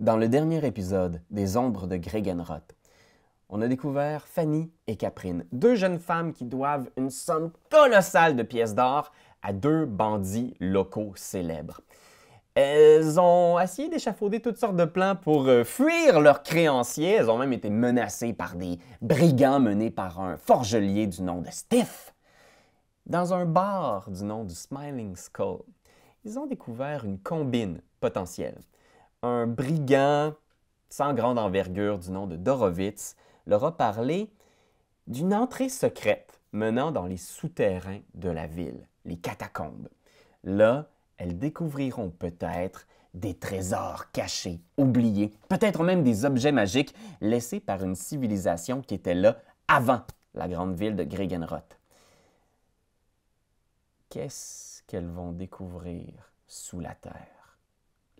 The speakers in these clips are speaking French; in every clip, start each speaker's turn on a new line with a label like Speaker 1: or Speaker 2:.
Speaker 1: Dans le dernier épisode des Ombres de Gregenroth, on a découvert Fanny et Caprine, deux jeunes femmes qui doivent une somme colossale de pièces d'or à deux bandits locaux célèbres. Elles ont essayé d'échafauder toutes sortes de plans pour euh, fuir leurs créanciers. Elles ont même été menacées par des brigands menés par un forgelier du nom de Stiff. Dans un bar du nom du Smiling Skull, ils ont découvert une combine potentielle. Un brigand sans grande envergure du nom de Dorowitz leur a parlé d'une entrée secrète menant dans les souterrains de la ville, les catacombes. Là, elles découvriront peut-être des trésors cachés, oubliés, peut-être même des objets magiques laissés par une civilisation qui était là avant la grande ville de Gregenroth. Qu'est-ce qu'elles vont découvrir sous la terre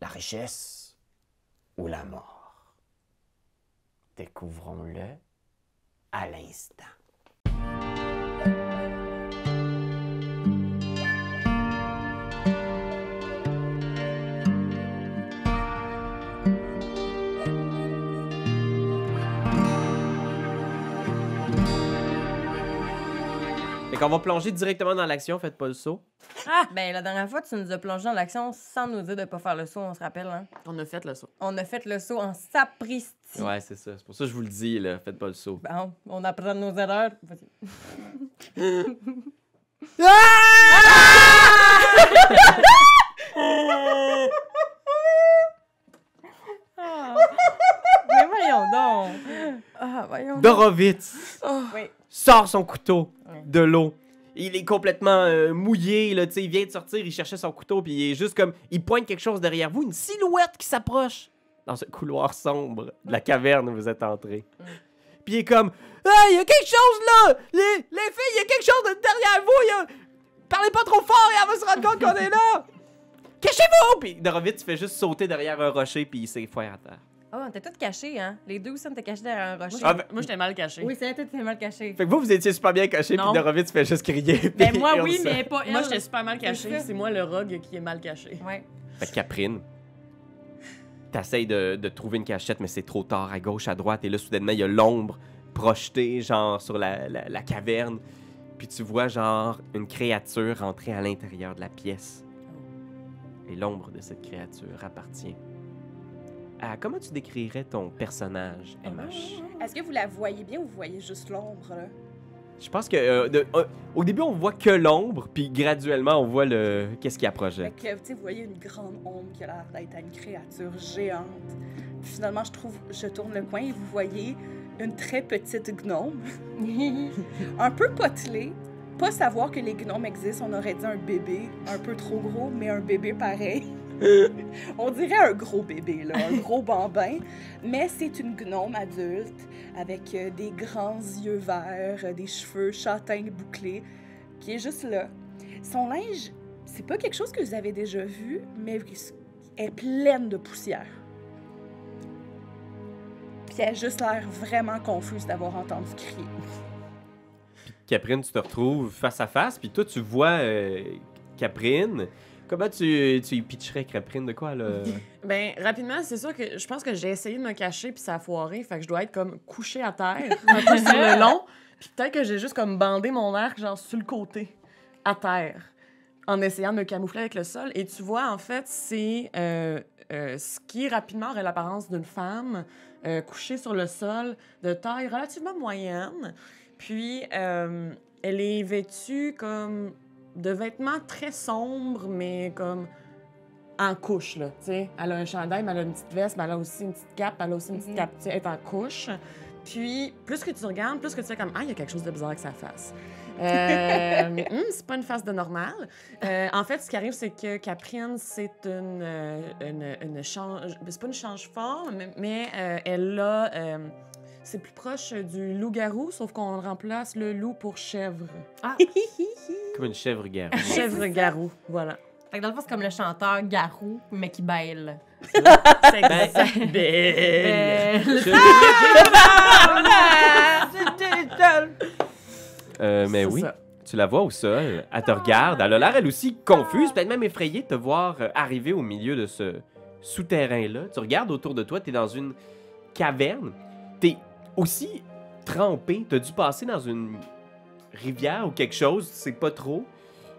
Speaker 1: La richesse ou la mort Découvrons-le à l'instant.
Speaker 2: Fait qu'on va plonger directement dans l'action, faites pas le saut.
Speaker 3: Ben, la dernière fois, tu nous as plongé dans l'action sans nous dire de pas faire le saut, on se rappelle, hein?
Speaker 4: On a fait le saut.
Speaker 3: On a fait le saut en sapristi.
Speaker 2: Ouais, c'est ça. C'est pour ça que je vous le dis, là, faites pas le saut.
Speaker 3: Bon, on apprend de nos erreurs. Vas-y. Ah! Mais voyons donc! Ah, voyons
Speaker 2: Ben
Speaker 3: donc!
Speaker 2: Dorowitz
Speaker 3: Oui.
Speaker 2: sort son couteau
Speaker 3: Ouais.
Speaker 2: de l'eau. Il est complètement euh, mouillé, là, tu sais, il vient de sortir, il cherchait son couteau, puis il est juste comme, il pointe quelque chose derrière vous, une silhouette qui s'approche dans ce couloir sombre de la caverne où vous êtes entré. Puis il est comme, ah, il y a quelque chose là, les, les filles, il y a quelque chose de derrière vous, il y a- parlez pas trop fort, et elle va se rendre compte qu'on est là. Cachez-vous! Puis Dorovitz fait juste sauter derrière un rocher, puis il s'effondre à terre.
Speaker 3: Oh, on était toutes cachées, hein? Les deux aussi, on était cachés derrière un rocher.
Speaker 2: Ah, ben-
Speaker 4: Moi, j'étais mal caché.
Speaker 3: Oui, c'est vrai, tout mal caché. Ben,
Speaker 2: Fait que vous, vous étiez super bien caché, puis
Speaker 4: Non.
Speaker 2: Dorovitz fait juste crier.
Speaker 4: Mais
Speaker 2: puis
Speaker 4: moi,
Speaker 2: hurle
Speaker 4: oui,
Speaker 2: ça.
Speaker 4: mais pas elle. Moi, j'étais super mal
Speaker 3: C'est
Speaker 4: caché.
Speaker 3: ça.
Speaker 4: C'est moi le rogue qui est mal caché.
Speaker 3: Ouais.
Speaker 2: Fait que Caprine, t'essayes de, de trouver une cachette, mais c'est trop tard, à gauche, à droite, et là, soudainement, il y a l'ombre projetée, genre, sur la, la- la caverne. Puis tu vois, genre, une créature entrer à l'intérieur de la pièce. Et l'ombre de cette créature appartient à... Comment tu décrirais ton personnage, MH?
Speaker 5: Est-ce que vous la voyez bien ou vous voyez juste l'ombre? là?
Speaker 2: Je pense que... euh, de- euh, au début, on voit que l'ombre, puis graduellement, on voit le... Qu'est-ce qui approche?
Speaker 5: Fait que, tu sais, vous voyez une grande ombre qui a l'air d'être à une créature géante. Puis finalement, je trouve, je tourne le coin et vous voyez une très petite gnome, un peu potelée. Pas savoir que les gnomes existent, on aurait dit un bébé, un peu trop gros, mais un bébé pareil. on dirait un gros bébé, là, un gros bambin. Mais c'est une gnome adulte avec euh, des grands yeux verts, euh, des cheveux châtains bouclés, qui est juste là. Son linge c'est pas quelque chose que vous avez déjà vu, mais elle est pleine de poussière. Puis elle a juste l'air vraiment confuse d'avoir entendu crier.
Speaker 2: Caprine, tu te retrouves face à face, puis toi, tu vois euh, Caprine. Comment tu, tu y pitcherais Caprine de quoi, là?
Speaker 4: Ben, rapidement, c'est sûr que je pense que j'ai essayé de me cacher puis ça a foiré. Fait que je dois être comme couché à terre, un peu sur le long. Puis peut-être que j'ai juste comme bandé mon arc, genre sur le côté, à terre, en essayant de me camoufler avec le sol. Et tu vois, en fait, c'est euh, euh, ce qui rapidement aurait l'apparence d'une femme euh, couchée sur le sol, de taille relativement moyenne. Puis euh, elle est vêtue comme de vêtements très sombres, mais comme en couche, là, tu sais. Elle a un chandail, mais elle a une petite veste, mais elle a aussi une petite cape, elle a aussi une petite
Speaker 5: Mhm.
Speaker 4: cape, tu sais, elle est en couche. Puis, plus que tu regardes, plus que tu fais comme « Ah, il y a quelque chose de bizarre avec sa face. Euh, mais, Hum, c'est pas une face de normal. Euh, en fait, ce qui arrive, c'est que Caprine, c'est une, euh, une, une change... C'est pas une change-forme, mais- mais euh, elle a... euh, c'est plus proche du loup-garou, sauf qu'on remplace le loup pour chèvre.
Speaker 2: Comme une chèvre guerrière.
Speaker 4: Chèvre-garou, voilà.
Speaker 3: Fait que dans le fond, c'est comme le chanteur Garou, mais qui baille.
Speaker 4: C'est exact. Belle.
Speaker 2: Euh, mais
Speaker 4: C'est
Speaker 2: oui,
Speaker 4: ça.
Speaker 2: tu la vois au sol, elle te regarde, elle a l'air elle aussi confuse, peut-être même effrayée de te voir euh, arriver au milieu de ce, souterrain-là. Tu regardes autour de toi, tu es dans une caverne. Tu es aussi trempé. Tu as dû passer dans une rivière ou quelque chose, tu sais pas trop.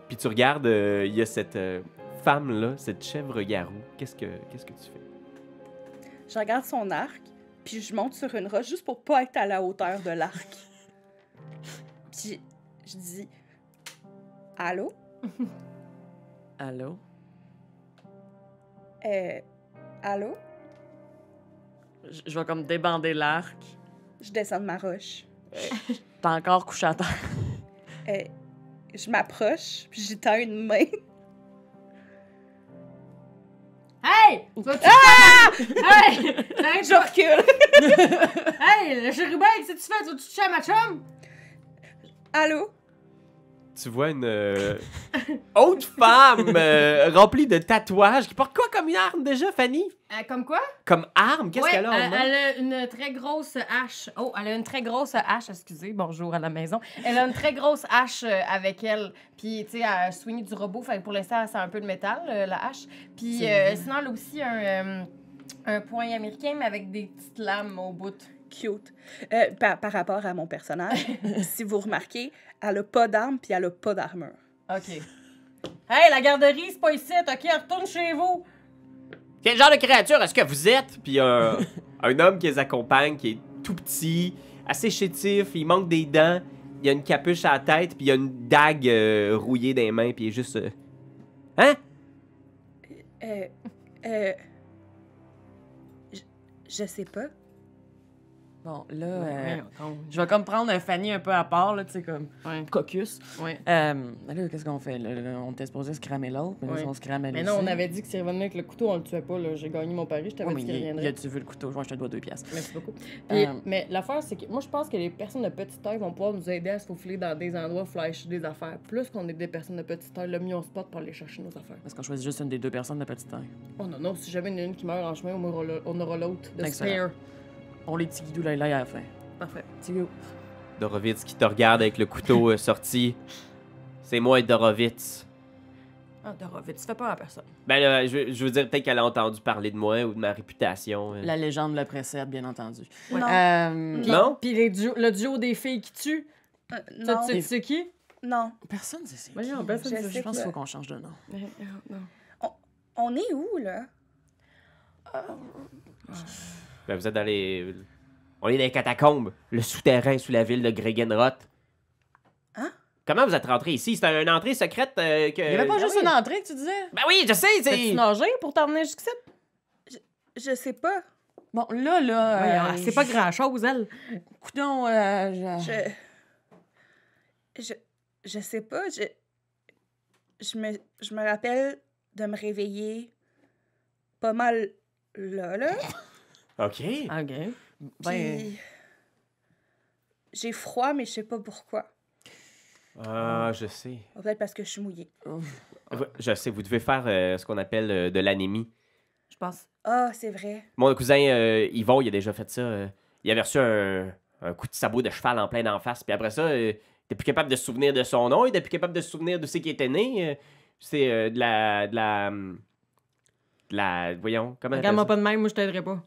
Speaker 2: Puis tu regardes, euh, il y a cette euh, femme-là, cette chèvre-garou. Qu'est-ce que, qu'est-ce que tu fais?
Speaker 5: Je regarde son arc, puis je monte sur une roche juste pour pas être à la hauteur de l'arc. puis je dis Allô?
Speaker 4: Allô?
Speaker 5: Euh, allô?
Speaker 4: Je je vais comme débander l'arc.
Speaker 5: Je descends de ma roche.
Speaker 4: T'es encore couché à terre.
Speaker 5: Euh, je m'approche, puis j'y tends une main.
Speaker 6: Hey! Toi, tu- Hey!
Speaker 5: Je
Speaker 6: T'arrêtes
Speaker 5: recule.
Speaker 6: pas! Hey, le chérubin, qu'est-ce que tu fais? Tu veux-tu toucher à ma chum?
Speaker 5: Allô?
Speaker 2: Tu vois une euh, haute femme euh, remplie de tatouages qui porte quoi comme arme déjà, Fanny?
Speaker 6: Euh, comme quoi?
Speaker 2: Comme arme? Qu'est-ce
Speaker 6: Ouais,
Speaker 2: qu'elle a en
Speaker 6: euh,
Speaker 2: main?
Speaker 6: Elle a une très grosse hache. Oh, elle a une très grosse hache, excusez, bonjour à la maison. Elle a une très grosse hache euh, avec elle. Puis, tu sais, elle soigne du robot. Fait que pour l'instant, c'est un peu de métal, euh, la hache. Puis, euh, sinon, elle a aussi un, euh, un poing américain, mais avec des petites lames au bout.
Speaker 5: Cute. Euh, par, par rapport à mon personnage, si vous remarquez, elle a pas d'arme, puis elle a pas d'armure.
Speaker 6: OK. Hey, la garderie, c'est pas ici. OK, retourne chez vous.
Speaker 2: Quel genre de créature est-ce que vous êtes? Puis un, un homme qui les accompagne, qui est tout petit, assez chétif, il manque des dents, il a une capuche à la tête, puis il a une dague euh, rouillée dans les mains, puis il est juste. euh, Hein?
Speaker 5: Euh, euh, je, je sais pas.
Speaker 4: Bon, là, euh, je vais comme prendre Fanny un peu à part, là, tu sais, comme
Speaker 3: Ouais.
Speaker 4: caucus.
Speaker 3: Ouais.
Speaker 4: Euh, là, qu'est-ce qu'on fait? Là, Là, on était supposé se cramer l'autre, mais là,
Speaker 3: Ouais.
Speaker 4: si on se crame à
Speaker 3: Mais non, on avait dit que s'il revenait avec le couteau, on le tuait pas. là. J'ai gagné mon pari, je t'avais dit qu'il
Speaker 4: Oh, il,
Speaker 3: reviendrait.
Speaker 4: a tu vu le couteau? Je vois, je te dois deux pièces.
Speaker 3: Merci beaucoup. Puis,
Speaker 4: Euh,
Speaker 3: Mais l'affaire, c'est que moi, je pense que les personnes de petite taille vont pouvoir nous aider à se faufiler dans des endroits, flasher des affaires. Plus qu'on est des personnes de petite taille, le mieux on se porte pour aller chercher nos affaires.
Speaker 4: Parce qu'on choisit juste une des deux personnes de petite taille.
Speaker 3: Oh non, non, si jamais il y en a une qui meurt en chemin, on aura le- on aura l'autre. de
Speaker 4: Excellent.
Speaker 3: spare.
Speaker 4: On les petits guidous là, là, à la fin.
Speaker 3: Parfait.
Speaker 4: Tigou.
Speaker 2: Dorovitz qui te regarde avec le couteau euh, sorti. C'est moi, Dorovitz.
Speaker 3: Ah, Dora, vite, tu fais peur à personne.
Speaker 2: Ben là, je, je veux dire, peut-être qu'elle a entendu parler de moi ou de ma réputation. euh.
Speaker 4: La légende le précède, bien entendu.
Speaker 3: Ouais.
Speaker 5: Non,
Speaker 4: Euh,
Speaker 5: Puis-
Speaker 2: Non?
Speaker 6: Puis les duos- le duo des filles qui tuent.
Speaker 5: euh,
Speaker 6: Ça,
Speaker 5: non,
Speaker 6: tu sais- tu sais qui?
Speaker 5: non.
Speaker 4: personne ne sait.
Speaker 3: Voyons,
Speaker 4: qui.
Speaker 3: personne
Speaker 5: ne sait
Speaker 4: Je pense
Speaker 5: qui.
Speaker 4: qu'il faut qu'on change de nom.
Speaker 3: Ben,
Speaker 4: Ben,
Speaker 5: On est où, là?
Speaker 2: Ben, vous êtes dans les. On est dans les catacombes, le souterrain sous la ville de Gregenroth.
Speaker 5: Hein?
Speaker 2: Comment vous êtes rentré ici? C'est une entrée secrète euh, que.
Speaker 4: Il n'y avait pas
Speaker 2: Ben
Speaker 4: juste
Speaker 2: oui.
Speaker 4: une entrée que tu disais?
Speaker 2: Ben oui, je sais,
Speaker 4: T'as-tu
Speaker 2: c'est.
Speaker 4: nagé pour t'emmener jusqu'ici?
Speaker 5: Je sais pas.
Speaker 4: Bon, là, là. euh, je-
Speaker 6: grand-chose, elle.
Speaker 4: Coudon, euh,
Speaker 6: Ah.
Speaker 4: je-
Speaker 5: Je. Je. Je sais pas. Je. Je me, je me rappelle de me réveiller pas mal là, là.
Speaker 2: Ok.
Speaker 3: OK.
Speaker 4: Ben,
Speaker 5: Puis. J'ai froid, mais je sais pas pourquoi.
Speaker 2: Ah, je sais.
Speaker 5: Peut-être parce que je suis mouillée.
Speaker 2: Je sais, vous devez faire euh, ce qu'on appelle euh, de l'anémie.
Speaker 3: Je pense.
Speaker 5: Ah, c'est vrai.
Speaker 2: Mon cousin euh, Yvon, il a déjà fait ça. euh, il avait reçu un, un coup de sabot de cheval en plein d'en face. Puis après ça, euh, il était plus capable de se souvenir de son nom, il était plus capable de se souvenir d'où c'est qu'il était né. euh, c'est euh, de la. de la. hum, de la. voyons, comment on appelle
Speaker 6: Regarde-moi
Speaker 2: ça?
Speaker 6: pas de même, moi, je t'aiderai pas.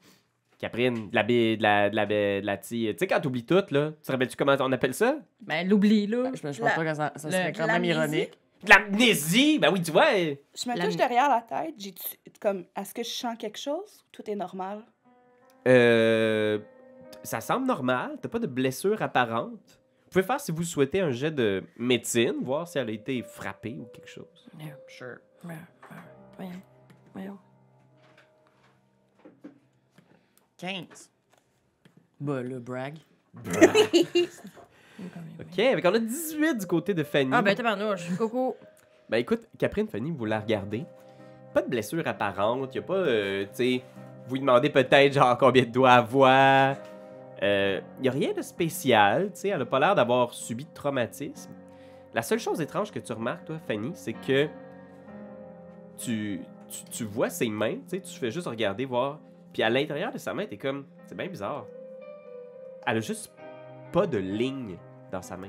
Speaker 2: Caprine, de la baie, de la. de la baie- de la ti- Tu sais, quand t'oublies tout, là, tu te rappelles-tu comment on appelle ça?
Speaker 6: Ben, l'oublie, là.
Speaker 4: je, je pense
Speaker 5: La-
Speaker 4: pas que ça, ça
Speaker 6: le-
Speaker 4: serait quand même
Speaker 5: l'amnésie.
Speaker 4: ironique.
Speaker 2: De l'amnésie! Ben oui, tu vois! euh,
Speaker 5: Je me
Speaker 6: La
Speaker 5: touche
Speaker 6: mu-
Speaker 5: derrière la tête. J'ai comme est-ce que je sens quelque chose Tout est normal.
Speaker 2: Euh, ça semble normal, t'as pas de blessure apparente. Vous pouvez faire si vous le souhaitez un jet de médecine, voir si elle a été frappée ou quelque chose.
Speaker 4: Sure.
Speaker 3: Voyons. Voyons.
Speaker 4: 15. Bah, le brag.
Speaker 2: Ok, avec on a 18 du côté de Fanny.
Speaker 3: Ah, ben, tabarnouche. Coco.
Speaker 2: Ben écoute, Catherine, Fanny, vous la regardez. Pas de blessure apparente, y a pas, euh, tu sais, vous lui demandez peut-être genre combien de doigts avoir. Euh, y a rien de spécial, tu sais, elle a pas l'air d'avoir subi de traumatisme. La seule chose étrange que tu remarques, toi, Fanny, c'est que tu, tu, tu vois ses mains, tu sais, tu fais juste regarder, voir. Puis à l'intérieur de sa main, t'es comme, c'est bien bizarre. Elle a juste pas de ligne dans sa main.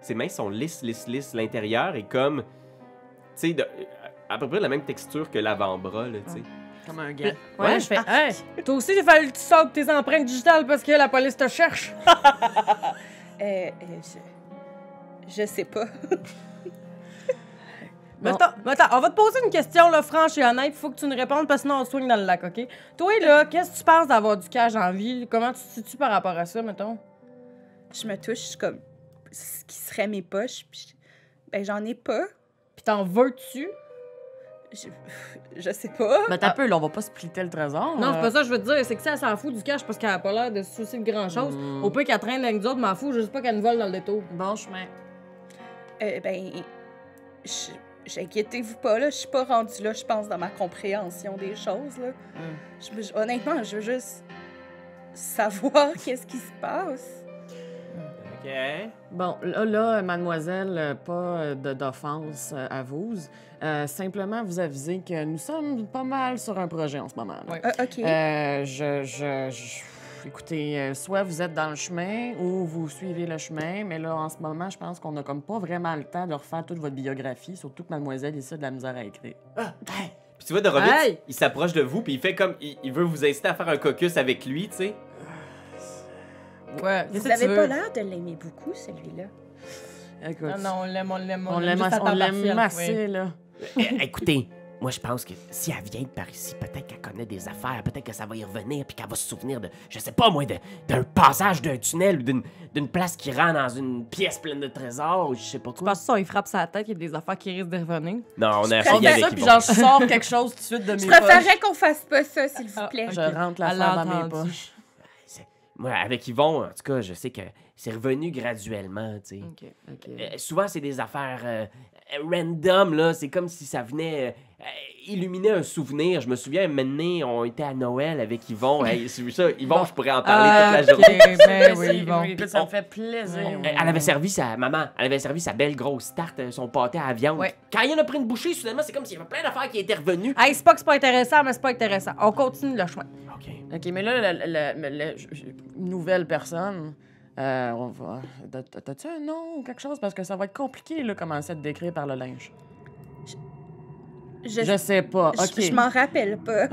Speaker 2: Ses mains sont lisses, lisses, lisses. L'intérieur est comme tu sais, de- à peu près la même texture que l'avant-bras, là, tu sais.
Speaker 4: Comme un gars.
Speaker 6: Ouais, je fais. Hey, toi aussi, il a fallu que tu sortes tes empreintes digitales parce que la police te cherche.
Speaker 5: Euh, euh, je... je sais pas.
Speaker 6: Mais attends, mais attends, on va te poser une question, là, franche et honnête. Faut que tu nous répondes parce que sinon, on te soigne dans le lac, OK? Toi, là, qu'est-ce que tu penses d'avoir du cash en ville? Comment tu te situes par rapport à ça, mettons?
Speaker 5: Je me touche je suis comme ce qui serait mes poches. Puis je- Ben, j'en ai pas.
Speaker 6: Puis t'en veux-tu?
Speaker 5: Je, je sais pas.
Speaker 4: Mais ben, t'as peu, là, on va pas splitter le trésor.
Speaker 6: Non, c'est
Speaker 4: euh.
Speaker 6: pas ça que je veux te dire. C'est que ça, elle s'en fout du cash parce qu'elle a pas l'air de se soucier de grand-chose.
Speaker 4: Mm.
Speaker 6: Au pire qu'elle traîne avec nous autres, m'en fous. Je sais pas qu'elle nous vole dans le détour.
Speaker 4: Bon chemin.
Speaker 5: Euh, ben, je- j'inquiétez-vous pas, là. Je suis pas rendue là, je pense, dans ma compréhension des choses, là. Je me- je- honnêtement, je veux juste savoir qu'est-ce qui se passe.
Speaker 2: OK.
Speaker 4: Bon, là, là, mademoiselle, euh, pas euh, de- d'offense euh, à vous. Euh, simplement vous aviser que nous sommes pas mal sur un projet en ce moment. là.
Speaker 6: Ouais.
Speaker 5: Ah, OK.
Speaker 4: Euh, je, je- je- Écoutez, euh, soit vous êtes dans le chemin ou vous suivez le chemin, mais là, en ce moment, je pense qu'on n'a comme pas vraiment le temps de refaire toute votre biographie, surtout que mademoiselle ici a de la misère à écrire.
Speaker 2: Puis tu vois, Dorovitz,
Speaker 6: Hey!
Speaker 2: il s'approche de vous, puis il fait comme. Il, il veut vous inciter à faire un caucus avec lui, tu sais.
Speaker 6: Ouais,
Speaker 5: Vous avez pas l'air de l'aimer beaucoup, celui-là.
Speaker 4: Écoute,
Speaker 6: Ah Non, non, on l'aime, on l'aime.
Speaker 4: on l'aime
Speaker 6: juste à
Speaker 4: ass- on
Speaker 6: temps
Speaker 4: l'aime
Speaker 6: partiel, oui.
Speaker 4: assez, là.
Speaker 7: Euh, écoutez, moi je pense que si elle vient de par ici, peut-être qu'elle connaît des affaires, peut-être que ça va y revenir, puis qu'elle va se souvenir de, je sais pas moi, de- d'un passage d'un tunnel ou d'une- d'une place qui rend dans une pièce pleine de trésors, ou je sais pas
Speaker 6: Je
Speaker 7: quoi.
Speaker 6: pense que ça, il frappe sa tête, il y a des affaires qui risquent de revenir.
Speaker 2: Non, on a hein.
Speaker 5: prends
Speaker 2: essayé
Speaker 5: ça,
Speaker 2: avec lui.
Speaker 4: puis genre, je sors quelque chose tout de suite de
Speaker 5: Je
Speaker 4: mes poches.
Speaker 5: préférerais qu'on fasse pas ça, s'il vous plaît.
Speaker 4: Ah, Je
Speaker 6: Ok.
Speaker 4: rentre la
Speaker 6: Ah, Elle
Speaker 4: fleur
Speaker 6: l'a
Speaker 4: dans mes
Speaker 6: entendu.
Speaker 4: poches.
Speaker 7: Moi, avec Yvon, en tout cas, je sais que c'est revenu graduellement, tu sais.
Speaker 6: OK.
Speaker 4: Ok.
Speaker 2: Eh
Speaker 7: Euh, souvent, c'est des affaires euh, euh, random, là. C'est comme si ça venait euh, euh, illuminer un souvenir. Je me souviens, maintenant, on était à Noël avec Yvon. Hey, c'est ça, Yvon, je pourrais en parler
Speaker 6: Ah,
Speaker 7: toute la journée.
Speaker 6: ben oui, bon.
Speaker 4: Écoute, ça me fait plaisir.
Speaker 7: Euh, Elle avait servi sa maman, elle avait servi sa belle grosse tarte, euh, son pâté à la viande.
Speaker 6: Ouais.
Speaker 7: Quand il en a pris une bouchée, soudainement, c'est comme s'il y avait plein d'affaires qui étaient revenues.
Speaker 6: Hey, c'est pas que c'est pas intéressant, mais c'est pas intéressant. On continue le chemin.
Speaker 7: OK.
Speaker 4: OK, mais là, la, la- la- mais la- j- j- nouvelle personne, euh, on va... t'as- T'as-tu un nom ou quelque chose? Parce que ça va être compliqué, là, commencer à te décrire par le linge.
Speaker 5: Je,
Speaker 4: Je, sais pas.
Speaker 5: je-
Speaker 4: OK.
Speaker 5: je m'en rappelle pas.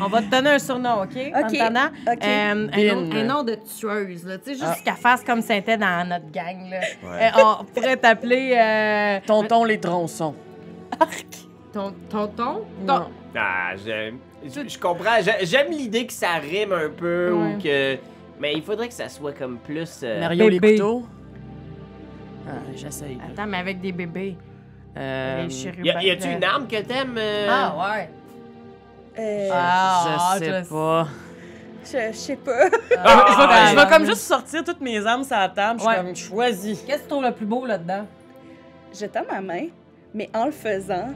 Speaker 6: On va te donner un surnom, OK? Santana?
Speaker 5: OK.
Speaker 6: Euh, un,
Speaker 4: Bin. Ah.
Speaker 6: nom, un nom de tueuse, là. Tu sais, juste qu'elle fasse comme si elle était dans notre gang, là.
Speaker 2: Ouais.
Speaker 6: Euh, on pourrait t'appeler euh,
Speaker 4: Tonton les tronçons.
Speaker 6: ton, tonton? Ton-
Speaker 4: Non.
Speaker 2: Ah, j'aime. Je je comprends. J'a- J'aime l'idée que ça rime un peu ou que.
Speaker 7: Mais il faudrait que ça soit comme plus. euh,
Speaker 4: Mario les
Speaker 6: bébé.
Speaker 4: couteaux. Ah, J'essaye. là.
Speaker 6: Attends, mais avec des bébés.
Speaker 4: Euh,
Speaker 6: les chérubins.
Speaker 7: Y a- y a-tu
Speaker 6: de-
Speaker 7: une arme que t'aimes? euh,
Speaker 6: Ah, ouais.
Speaker 5: Euh,
Speaker 6: Ah,
Speaker 4: je
Speaker 6: je
Speaker 4: sais
Speaker 6: sais.
Speaker 4: pas.
Speaker 5: je, je sais pas.
Speaker 4: Ah, je, vais,
Speaker 6: ouais.
Speaker 4: je vais comme juste sortir toutes mes armes sur la table. Je suis
Speaker 6: Ouais.
Speaker 4: comme choisie.
Speaker 6: Qu'est-ce que tu trouves le plus beau là-dedans?
Speaker 5: Je tends ma main, mais en le faisant,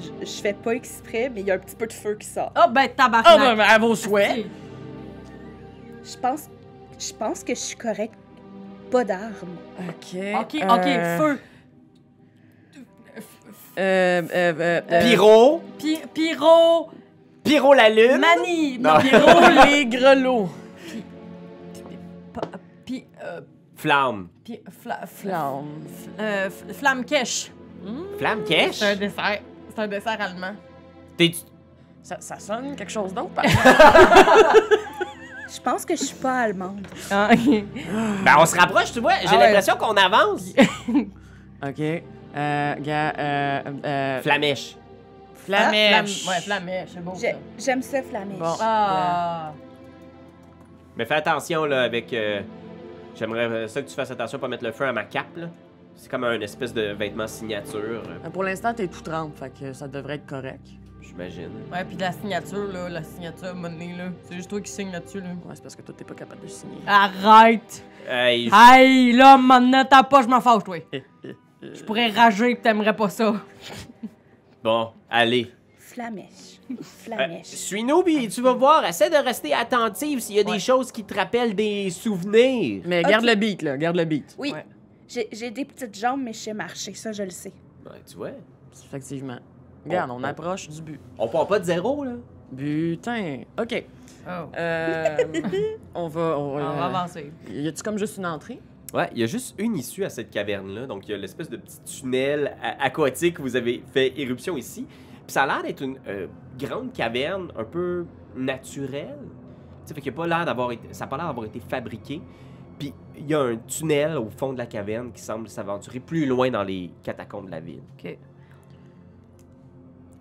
Speaker 5: je, je fais pas exprès, mais il y a un petit peu de feu qui sort.
Speaker 6: Ah, ben,
Speaker 4: Ah,
Speaker 6: tabarnak.
Speaker 4: ben, ben, à vos souhaits.
Speaker 5: Je pense, je pense que je suis correcte. Pas d'armes.
Speaker 4: OK.
Speaker 6: OK, OK,
Speaker 4: euh,
Speaker 6: feu.
Speaker 4: Euh, euh, euh, euh,
Speaker 2: Pyro,
Speaker 6: Pi- pyro,
Speaker 2: Pyro la lune.
Speaker 6: mani, non,
Speaker 2: Non.
Speaker 6: pyro,
Speaker 4: les grelots.
Speaker 6: pa- pi- euh,
Speaker 2: Flamme.
Speaker 6: pi- fla- fla-
Speaker 4: Flamme.
Speaker 6: euh, f- flamme cache.
Speaker 2: Flamme cache.
Speaker 6: dessert. C'est un dessert allemand.
Speaker 2: T'es-
Speaker 4: Ça, ça sonne quelque chose d'autre. par
Speaker 5: Je pense que je suis pas allemande.
Speaker 6: Ah, ok.
Speaker 2: Ben, on se rapproche, tu vois. J'ai
Speaker 6: Ah ouais.
Speaker 2: l'impression qu'on avance. Euh,
Speaker 4: OK. Euh, gars, euh, euh,
Speaker 2: Flamèche.
Speaker 4: flamèche.
Speaker 6: Ah, Flamme- ouais, flamèche, c'est beau.
Speaker 5: J'ai-
Speaker 6: ça.
Speaker 5: J'aime ça, flamèche.
Speaker 4: Bon.
Speaker 6: Ah.
Speaker 2: Mais fais attention, là, avec. euh, J'aimerais euh, ça que tu fasses attention à pas mettre le feu à ma cape, là. C'est comme un espèce de vêtement signature, euh,
Speaker 4: Euh, Pour l'instant, t'es tout trempe, fait que ça devrait être correct.
Speaker 2: j'imagine.
Speaker 6: Ouais, puis la signature, là, la signature, à un moment donné, là. C'est juste toi qui signe là-dessus, là.
Speaker 4: Ouais, c'est parce que toi, t'es pas capable de signer.
Speaker 6: Arrête!
Speaker 2: Hey,
Speaker 6: Ah.
Speaker 2: je-
Speaker 6: Hey, là, maintenant, t'as pas, je m'en fâche, toi.
Speaker 4: Eh, eh, eh.
Speaker 6: Je pourrais rager pis t'aimerais pas ça.
Speaker 2: Bon, allez.
Speaker 5: Flamèche.
Speaker 2: Euh,
Speaker 5: Flamèche.
Speaker 2: Suis-nous, puis tu vas voir. Essaie de rester attentive s'il y a des choses qui te rappellent des souvenirs.
Speaker 4: Mais garde le beat, là. Garde le beat.
Speaker 5: oui.
Speaker 6: ouais.
Speaker 5: J'ai j'ai des petites jambes, mais je sais marcher, ça je le sais.
Speaker 2: Ouais, tu vois.
Speaker 4: Effectivement. Regarde, on approche du but.
Speaker 2: On part pas de zéro, là.
Speaker 4: Butin. OK.
Speaker 6: Oh.
Speaker 4: Euh, on va... On,
Speaker 6: On va avancer.
Speaker 4: Y a-tu comme juste une entrée?
Speaker 2: Ouais, il y a juste une issue à cette caverne-là. Donc, il y a l'espèce de petit tunnel a- aquatique que vous avez fait éruption ici. Puis ça a l'air d'être une euh, grande caverne un peu naturelle. Tu sais, fait qu'il a pas l'air d'avoir été- ça n'a pas l'air d'avoir été fabriqué. Puis il y a un tunnel au fond de la caverne qui semble s'aventurer plus loin dans les catacombes de la ville.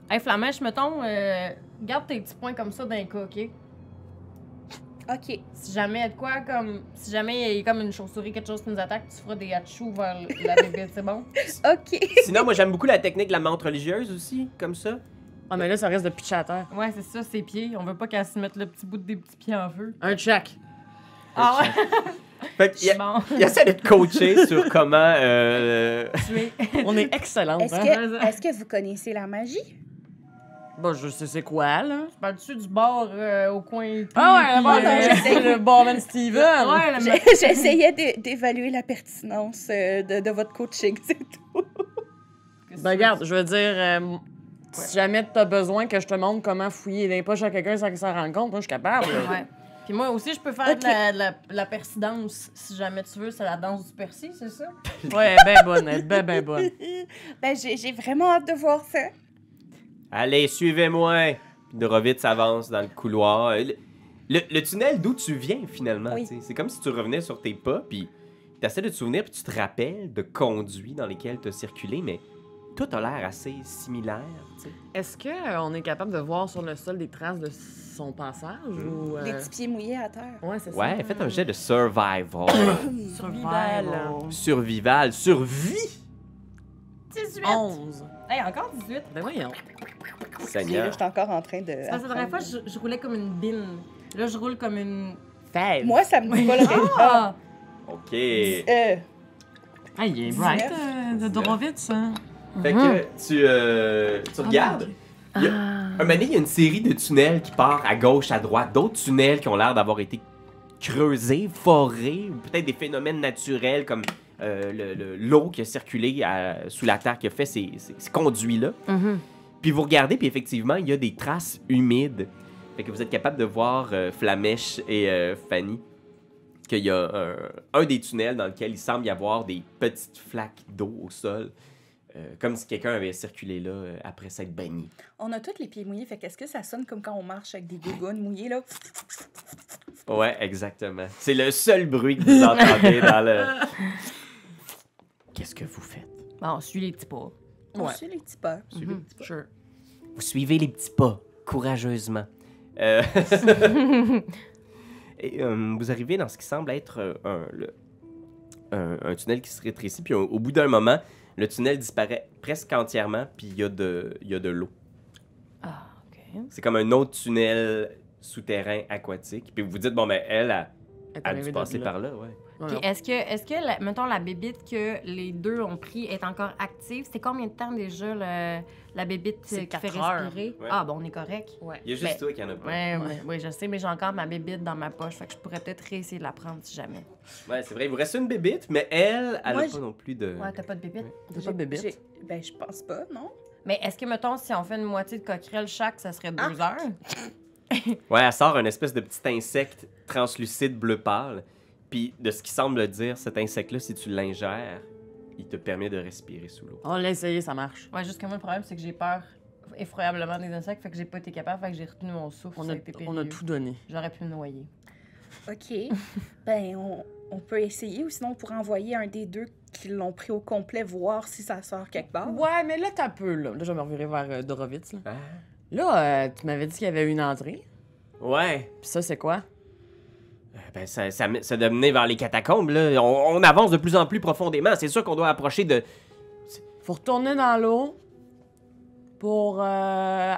Speaker 6: Hey, Flamèche, mettons, euh, garde tes petits points comme ça d'un cas, OK?
Speaker 5: OK.
Speaker 6: Si jamais il y a de quoi, comme. Si jamais il y a comme une chauve-souris, quelque chose qui nous attaque, tu feras des hachous vers le- la bébé, c'est bon?
Speaker 5: OK.
Speaker 2: Sinon, moi j'aime beaucoup la technique de la menthe religieuse aussi, comme ça.
Speaker 4: Ah, mais là, ça reste de pitcher à terre.
Speaker 6: Ouais, c'est ça, ses pieds. On veut pas qu'elle se mette le petit bout des petits pieds en feu.
Speaker 4: Un check.
Speaker 6: Ah ouais?
Speaker 2: Fait qu'il
Speaker 6: Bon,
Speaker 2: il essaie de te coacher sur comment. euh,
Speaker 6: tu es.
Speaker 4: On est excellent. hein?
Speaker 5: Est-ce que, est-ce que vous connaissez la magie?
Speaker 4: Bon, je sais c'est quoi, là.
Speaker 6: Parles-tu du bord euh, au coin? euh,
Speaker 4: Ah ouais,
Speaker 5: bon, non,
Speaker 4: la
Speaker 5: je sais.
Speaker 4: c'est le barman Steven.
Speaker 6: Ouais, la
Speaker 5: J'ai- J'essayais d'é- d'évaluer la pertinence euh, de, de votre coaching, c'est tout.
Speaker 4: Ben, regarde, je veux dire, euh, si jamais t'as besoin que je te montre comment fouiller les poches à quelqu'un sans qu'il s'en rende compte, moi, je suis capable.
Speaker 6: Ouais. Puis moi aussi, je peux faire de, la, de la, de la persidance, si jamais tu veux. C'est la danse du persil, c'est ça?
Speaker 4: ouais, ben bonne, elle est ben, ben bonne.
Speaker 5: Ben, j'ai j'ai vraiment hâte de voir ça.
Speaker 2: Allez, suivez-moi! Puis Dorovitz s'avance dans le couloir. Euh, Le, le- le tunnel d'où tu viens, finalement.
Speaker 5: Oui.
Speaker 2: tu sais. C'est comme si tu revenais sur tes pas, puis t'essaies de te souvenir, puis tu te rappelles de conduits dans lesquels t'as circulé, mais tout a l'air assez similaire. tu sais.
Speaker 4: Est-ce qu'on est capable de voir sur le sol des traces de son passage ou. euh,
Speaker 5: Des petits pieds mouillés à terre.
Speaker 4: Ouais, c'est
Speaker 2: Ouais, faites un jet de survival.
Speaker 4: Survival.
Speaker 2: Survival. Survie!
Speaker 6: 18!
Speaker 4: 11.
Speaker 6: Hey, encore 18?
Speaker 4: Ben voyons.
Speaker 5: Et là,
Speaker 2: Seigneur.
Speaker 5: j'étais encore en train de.
Speaker 6: C'est parce que la dernière fois, je, je roulais comme une bine. Là, je roule comme une.
Speaker 4: Fève.
Speaker 5: Moi, ça me dit pas le résultat.
Speaker 6: Ah!
Speaker 2: OK. Fait
Speaker 5: Euh,
Speaker 4: Ah, il est
Speaker 5: bright,
Speaker 4: de Dorovitz, hein.
Speaker 2: que tu, euh, tu regardes. Il y a- Un moment donné, il y a une série de tunnels qui part à gauche, à droite, d'autres tunnels qui ont l'air d'avoir été creusés, forés, ou peut-être des phénomènes naturels comme euh, le- le- l'eau qui a circulé à- sous la terre qui a fait ces, ces- ces conduits-là. Puis vous regardez, puis effectivement, il y a des traces humides. Fait que vous êtes capable de voir euh, Flamèche et euh, Fanny qu'il y a un, un des tunnels dans lequel il semble y avoir des petites flaques d'eau au sol, euh, comme si quelqu'un avait circulé là euh, après s'être baigné.
Speaker 5: on a tous les pieds mouillés, fait qu'est-ce que ça sonne comme quand on marche avec des gougounes mouillées, là?
Speaker 2: Ouais, exactement. C'est le seul bruit que vous entendez dans le. Qu'est-ce que vous faites?
Speaker 6: Bon, on suit les petits pas.
Speaker 5: On
Speaker 4: Ouais.
Speaker 5: suit les petits pas.
Speaker 4: Sure.
Speaker 2: Vous suivez les petits pas, courageusement. Euh, Et euh, vous arrivez dans ce qui semble être euh, un, le- un- un tunnel qui se rétrécit, puis au, au bout d'un moment, le tunnel disparaît presque entièrement, puis il y a de, il y a de l'eau.
Speaker 6: Ah, OK.
Speaker 2: C'est comme un autre tunnel souterrain aquatique. Puis vous vous dites, bon, mais elle a,
Speaker 4: Elle est
Speaker 2: a
Speaker 4: arrivée
Speaker 2: dû
Speaker 4: de
Speaker 2: passer
Speaker 4: là.
Speaker 2: Ah, par là, ouais.
Speaker 6: Puis
Speaker 4: Ouais.
Speaker 6: est-ce que, est-ce que la- mettons, la bébite que les deux ont pris est encore active? C'est combien de temps déjà le- la bébite
Speaker 4: C'est
Speaker 6: euh, qui fait
Speaker 4: quatre heures.
Speaker 6: respirer?
Speaker 2: Ouais.
Speaker 6: Ah, bon, on est correct.
Speaker 2: Il y a juste
Speaker 6: Mais-
Speaker 2: toi qui en a pas.
Speaker 6: Ouais, ouais, ouais, je sais, mais j'ai encore ma bébite dans ma poche, fait que je pourrais peut-être réessayer de la prendre si jamais.
Speaker 2: Ouais, c'est vrai, il vous reste une bébite, mais elle, elle
Speaker 5: Moi,
Speaker 2: n'a
Speaker 5: j-
Speaker 2: pas non plus de.
Speaker 6: Ouais, t'as pas de bébite.
Speaker 4: T'as pas de bébé.
Speaker 5: J'ai- Ben, je pense pas, non?
Speaker 6: Mais est-ce que, mettons, si on fait une moitié de coquerelle chaque, ça serait deux heures?
Speaker 2: Ouais, elle sort un espèce de petit insecte translucide bleu pâle. Puis de ce qui semble dire, cet insecte-là, si tu l'ingères, il te permet de respirer sous l'eau.
Speaker 4: On l'a essayé, ça marche.
Speaker 6: Ouais, juste que moi, le problème, c'est que j'ai peur effroyablement des insectes, fait que j'ai pas été capable, fait que j'ai retenu mon souffle.
Speaker 4: On
Speaker 6: ça
Speaker 4: a,
Speaker 6: a été
Speaker 4: on a
Speaker 6: périlleux.
Speaker 4: tout donné.
Speaker 6: J'aurais pu me noyer.
Speaker 5: OK. ben, on, on peut essayer, ou sinon, on pourrait envoyer un des deux qui l'ont pris au complet, voir si ça sort quelque part.
Speaker 4: Ouais, mais là, t'as peu, là. Là, je me revirai vers euh, Dorovitz, là.
Speaker 2: Ah.
Speaker 4: Là, euh, tu m'avais dit qu'il y avait une entrée.
Speaker 2: Ouais,
Speaker 4: Puis ça, c'est quoi?
Speaker 2: euh, ben ça, ça, me- ça doit mener vers les catacombes, là. On, on avance de plus en plus profondément. C'est sûr qu'on doit approcher de.
Speaker 4: Faut retourner dans l'eau. Pour. euh,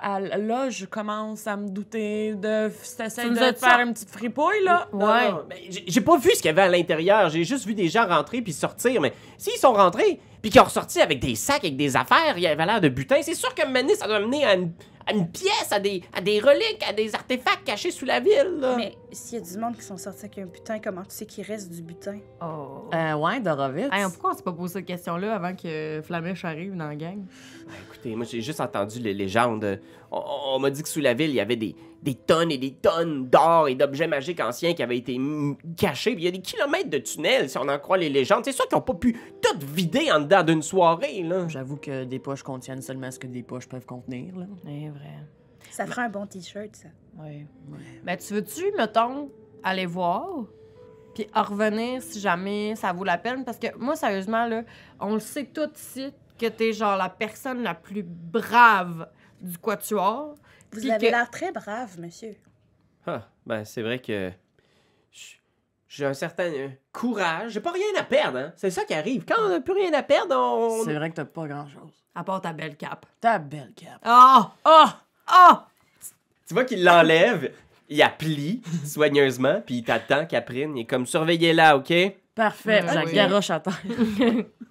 Speaker 4: à- là, je commence à me douter de. T'essayes
Speaker 6: Tu nous
Speaker 4: de faire
Speaker 6: as dit ça?
Speaker 4: une petite fripouille, là.
Speaker 2: Non, non, ben, j'ai- J'ai pas vu ce qu'il y avait à l'intérieur. J'ai juste vu des gens rentrer puis sortir. Mais s'ils sont rentrés puis qu'ils ont ressorti avec des sacs, avec des affaires, il y avait l'air de butin. C'est sûr que mener, ça doit mener à une, à une pièce, à des, à des reliques, à des artefacts cachés sous la ville. là.
Speaker 5: Mais S'il y a du monde qui sont sortis avec un butin, comment tu sais qu'il reste du butin?
Speaker 6: Oh.
Speaker 4: Euh, ouais, Dorovitz.
Speaker 6: Hey, pourquoi on s'est pas posé cette question-là avant que Flamèche arrive dans la gang?
Speaker 2: Ben, Écoutez, moi, j'ai juste entendu les légendes. On, on- on m'a dit que sous la ville, il y avait des, des tonnes et des tonnes d'or et d'objets magiques anciens qui avaient été mm, cachés. Puis il y a des kilomètres de tunnels, si on en croit les légendes. C'est sûr qu'ils n'ont pas pu tout vider en dedans d'une soirée, là.
Speaker 4: J'avoue que des poches contiennent seulement ce que des poches peuvent contenir. Là.
Speaker 6: C'est Eh, vrai.
Speaker 5: Ça ferait un bon t-shirt, ça.
Speaker 6: Oui. Mais tu veux-tu, mettons, aller voir? Puis en revenir si jamais ça vaut la peine? Parce que moi, sérieusement, là, on le sait tout ici que t'es genre la personne la plus brave du quatuor.
Speaker 5: Vous
Speaker 6: Puis
Speaker 5: avez
Speaker 6: que-
Speaker 5: l'air très brave, monsieur.
Speaker 2: Ah, ben, c'est vrai que. je- J'ai un certain euh, courage. J'ai pas rien à perdre, hein. C'est ça qui arrive. Quand on n'a plus rien à perdre, on.
Speaker 4: C'est vrai que t'as pas grand-chose.
Speaker 6: À part ta belle cape.
Speaker 4: Ta belle cape.
Speaker 6: Oh! Oh! Oh!
Speaker 2: Tu vois qu'il l'enlève, il la plie soigneusement, puis il t'attend, Caprine. Il est comme surveillez-la, OK?
Speaker 4: Parfait.
Speaker 6: Mm,
Speaker 4: Je la
Speaker 6: oui.
Speaker 4: garoche à terre.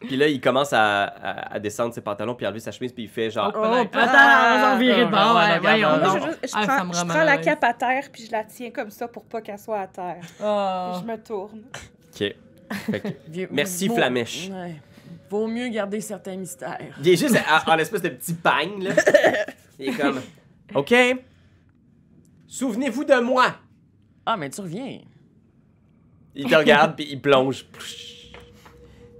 Speaker 2: Puis là, il commence à, à- à descendre ses pantalons, puis à enlever sa chemise, puis il fait genre.
Speaker 6: Oh,
Speaker 4: Ah, peut-être.
Speaker 6: peut-être, on virer de bord.
Speaker 4: Ah,
Speaker 6: ouais,
Speaker 4: regarde,
Speaker 6: voyons
Speaker 4: regarde.
Speaker 5: Moi,
Speaker 6: donc.
Speaker 5: je, veux juste- je
Speaker 6: Ah, ça
Speaker 5: prends,
Speaker 6: me
Speaker 5: je
Speaker 6: rend
Speaker 5: prends
Speaker 6: mal à
Speaker 5: la
Speaker 6: l'aise.
Speaker 5: cape à terre, puis je la tiens comme ça pour pas qu'elle soit à terre.
Speaker 6: Oh.
Speaker 5: Puis je me tourne.
Speaker 2: OK. Fait que-
Speaker 4: Vieux-
Speaker 2: Merci,
Speaker 4: vaut-
Speaker 2: Flamèche.
Speaker 4: Ouais. Vaut mieux garder certains mystères.
Speaker 2: il est juste à- en espèce de petit pagne, là. Il est comme. OK. Souvenez-vous de moi.
Speaker 4: Ah, mais tu reviens.
Speaker 2: Il te regarde, puis il plonge.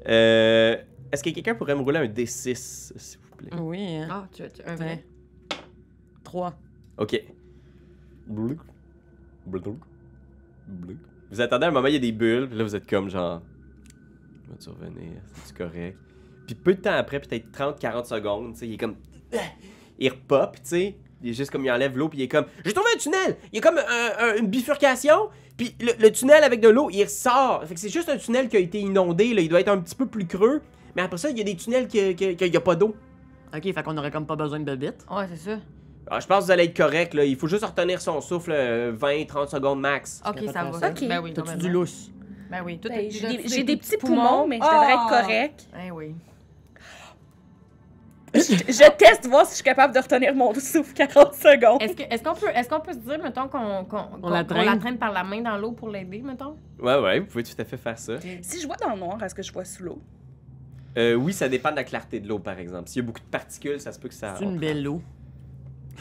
Speaker 2: Euh, Est-ce que quelqu'un pourrait me rouler un D6, s'il vous plaît?
Speaker 4: Oui. hein.
Speaker 6: Ah, tu, tu un vrai.
Speaker 4: Trois.
Speaker 2: OK. Vous attendez un moment, il y a des bulles, puis là, vous êtes comme genre. Va-tu revenir? C'est-tu correct? Puis peu de temps après, peut-être 30-40 secondes, tu sais, il est comme. Il repop, tu sais. Il est juste comme il enlève l'eau, puis il est comme. J'ai trouvé un tunnel! Il y a comme un- un- une bifurcation, puis le, le tunnel avec de l'eau, il ressort. Fait que c'est juste un tunnel qui a été inondé, là. Il doit être un petit peu plus creux, mais après ça, il y a des tunnels qui- qui- qu'il n'y a pas d'eau.
Speaker 4: OK, fait qu'on aurait comme pas besoin de bobite.
Speaker 6: Ouais, c'est ça.
Speaker 2: Ah, je pense que vous allez être correct, là. Il faut juste retenir son souffle 20-30 secondes max.
Speaker 6: Ok,
Speaker 4: pas
Speaker 6: ça
Speaker 4: de
Speaker 6: va.
Speaker 4: problème.
Speaker 6: Ben oui,
Speaker 4: T'as-tu
Speaker 6: complètement.
Speaker 4: du lousse?
Speaker 6: Ben oui, tout
Speaker 5: Ben,
Speaker 6: est-
Speaker 5: J'ai
Speaker 6: tout est-
Speaker 5: des,
Speaker 6: tout
Speaker 5: j'ai
Speaker 6: est-
Speaker 5: des petits poumons, mais je devrais être correct.
Speaker 6: Ben oui.
Speaker 5: Je, je teste voir si je suis capable de retenir mon souffle 40 secondes.
Speaker 6: Est-ce que- est-ce qu'on peut, est qu'on peut se dire, mettons, qu'on qu'on- qu'on-
Speaker 4: la
Speaker 6: qu'on
Speaker 4: traîne?
Speaker 6: la traîne par la main dans l'eau pour l'aider, mettons?
Speaker 2: Ouais, ouais, vous pouvez tout à fait faire ça.
Speaker 5: Si je vois dans le noir, est-ce que je vois sous l'eau?
Speaker 2: Euh, oui, ça dépend de la clarté de l'eau, par exemple. S'il y a beaucoup de particules, ça se peut que
Speaker 5: Ah,
Speaker 2: ça.
Speaker 4: C'est une belle eau.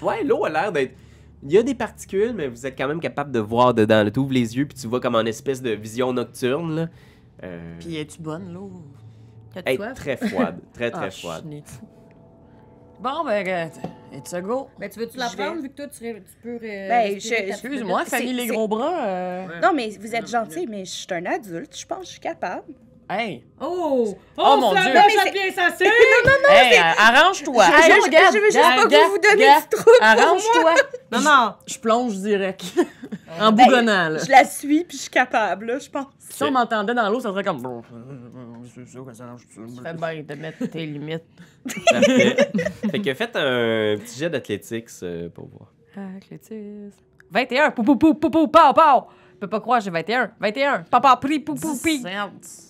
Speaker 2: Ouais, l'eau a l'air d'être. Il y a des particules, mais vous êtes quand même capable de voir dedans. là. Tu ouvres les yeux, puis tu vois comme en espèce de vision nocturne, là. Euh,
Speaker 4: Puis es-tu bonne, l'eau?
Speaker 6: T'as
Speaker 2: elle est
Speaker 6: soif?
Speaker 2: très froide. Très, très
Speaker 4: Ah,
Speaker 2: froide.
Speaker 4: chenit. Bon, ben, et tu go.
Speaker 6: Ben, tu veux-tu
Speaker 5: la prendre,
Speaker 6: vu que toi, tu, peux.
Speaker 5: Ben, respirer je- ta-
Speaker 4: Excuse-moi,
Speaker 5: C'est-
Speaker 4: Fanny les
Speaker 5: c'est-
Speaker 4: gros bras. euh,
Speaker 5: Non, mais vous êtes
Speaker 6: Non,
Speaker 5: gentil, mais je suis un adulte. Je pense que je suis capable.
Speaker 4: Hey!
Speaker 6: Oh!
Speaker 4: Oh, mon Dieu!
Speaker 5: mais c'est-
Speaker 6: bien ça, c'est-
Speaker 4: Hey, euh, arrange-toi!
Speaker 5: Je-
Speaker 4: Hey,
Speaker 5: je-
Speaker 4: regarde,
Speaker 5: je veux juste
Speaker 4: regarde,
Speaker 5: pas que vous vous donniez
Speaker 4: regarde,
Speaker 5: du trouble pour
Speaker 4: Arrange-toi!
Speaker 6: Non, non!
Speaker 4: Je plonge direct. en bougonnant, là.
Speaker 5: Ben, Je la suis, puis je suis capable, là, je pense.
Speaker 4: Si on m'entendait dans l'eau, ça serait comme. euh, C'est ça que ça arrange tout.
Speaker 6: Tu fais bien de mettre tes limites.
Speaker 2: Parfait. fait que faites un petit jet d'athlétiques euh, pour voir.
Speaker 6: Athlétisme. 21! Pou, pou, pou, pou, pou, pow, pow! Je peux pas croire, j'ai 21. 21! Papa, pri, pou, pou, pi!
Speaker 4: 17.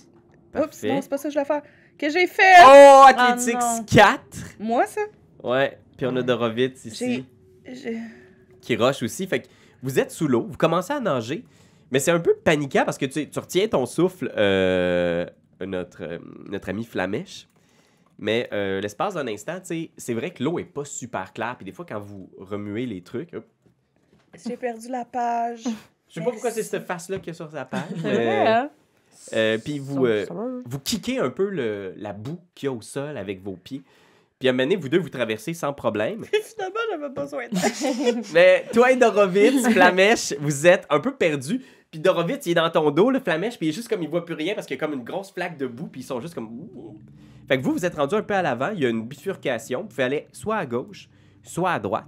Speaker 5: Oups,
Speaker 2: Parfait.
Speaker 5: non, c'est pas ça que je vais faire. Que j'ai fait!
Speaker 2: Oh, athlétiques
Speaker 5: non.
Speaker 2: 4!
Speaker 5: Moi, ça?
Speaker 2: Ouais, puis on a Dorovitz ici.
Speaker 5: J'ai. j'ai-
Speaker 2: qui roche aussi. Fait que vous êtes sous l'eau, vous commencez à nager, mais c'est un peu paniquant parce que tu, tu retiens ton souffle, euh, notre, euh, notre ami Flamèche. Mais euh, l'espace d'un instant, tu sais, c'est vrai que l'eau est pas super claire. Puis des fois, quand vous remuez les trucs, hop,
Speaker 5: J'ai perdu la page.
Speaker 2: je sais pas pourquoi c'est
Speaker 5: Merci.
Speaker 2: cette face-là qui est sur sa page.
Speaker 6: C'est vrai,
Speaker 2: mais,
Speaker 6: hein?
Speaker 2: euh, puis vous, euh, vous kickez un peu le- la boue qu'il y a au sol avec vos pieds. Puis à un moment donné, vous deux, vous traversez sans problème.
Speaker 5: Finalement, j'avais besoin d'aide.
Speaker 2: Mais toi et Dorovitz, Flamèche, vous êtes un peu perdus. Puis Dorovitz, il est dans ton dos, le Flamèche, puis il est juste comme il voit plus rien parce qu'il y a comme une grosse flaque de boue, puis ils sont juste comme. Fait que vous, vous êtes rendu un peu à l'avant, il y a une bifurcation, vous pouvez aller soit à gauche, soit à droite.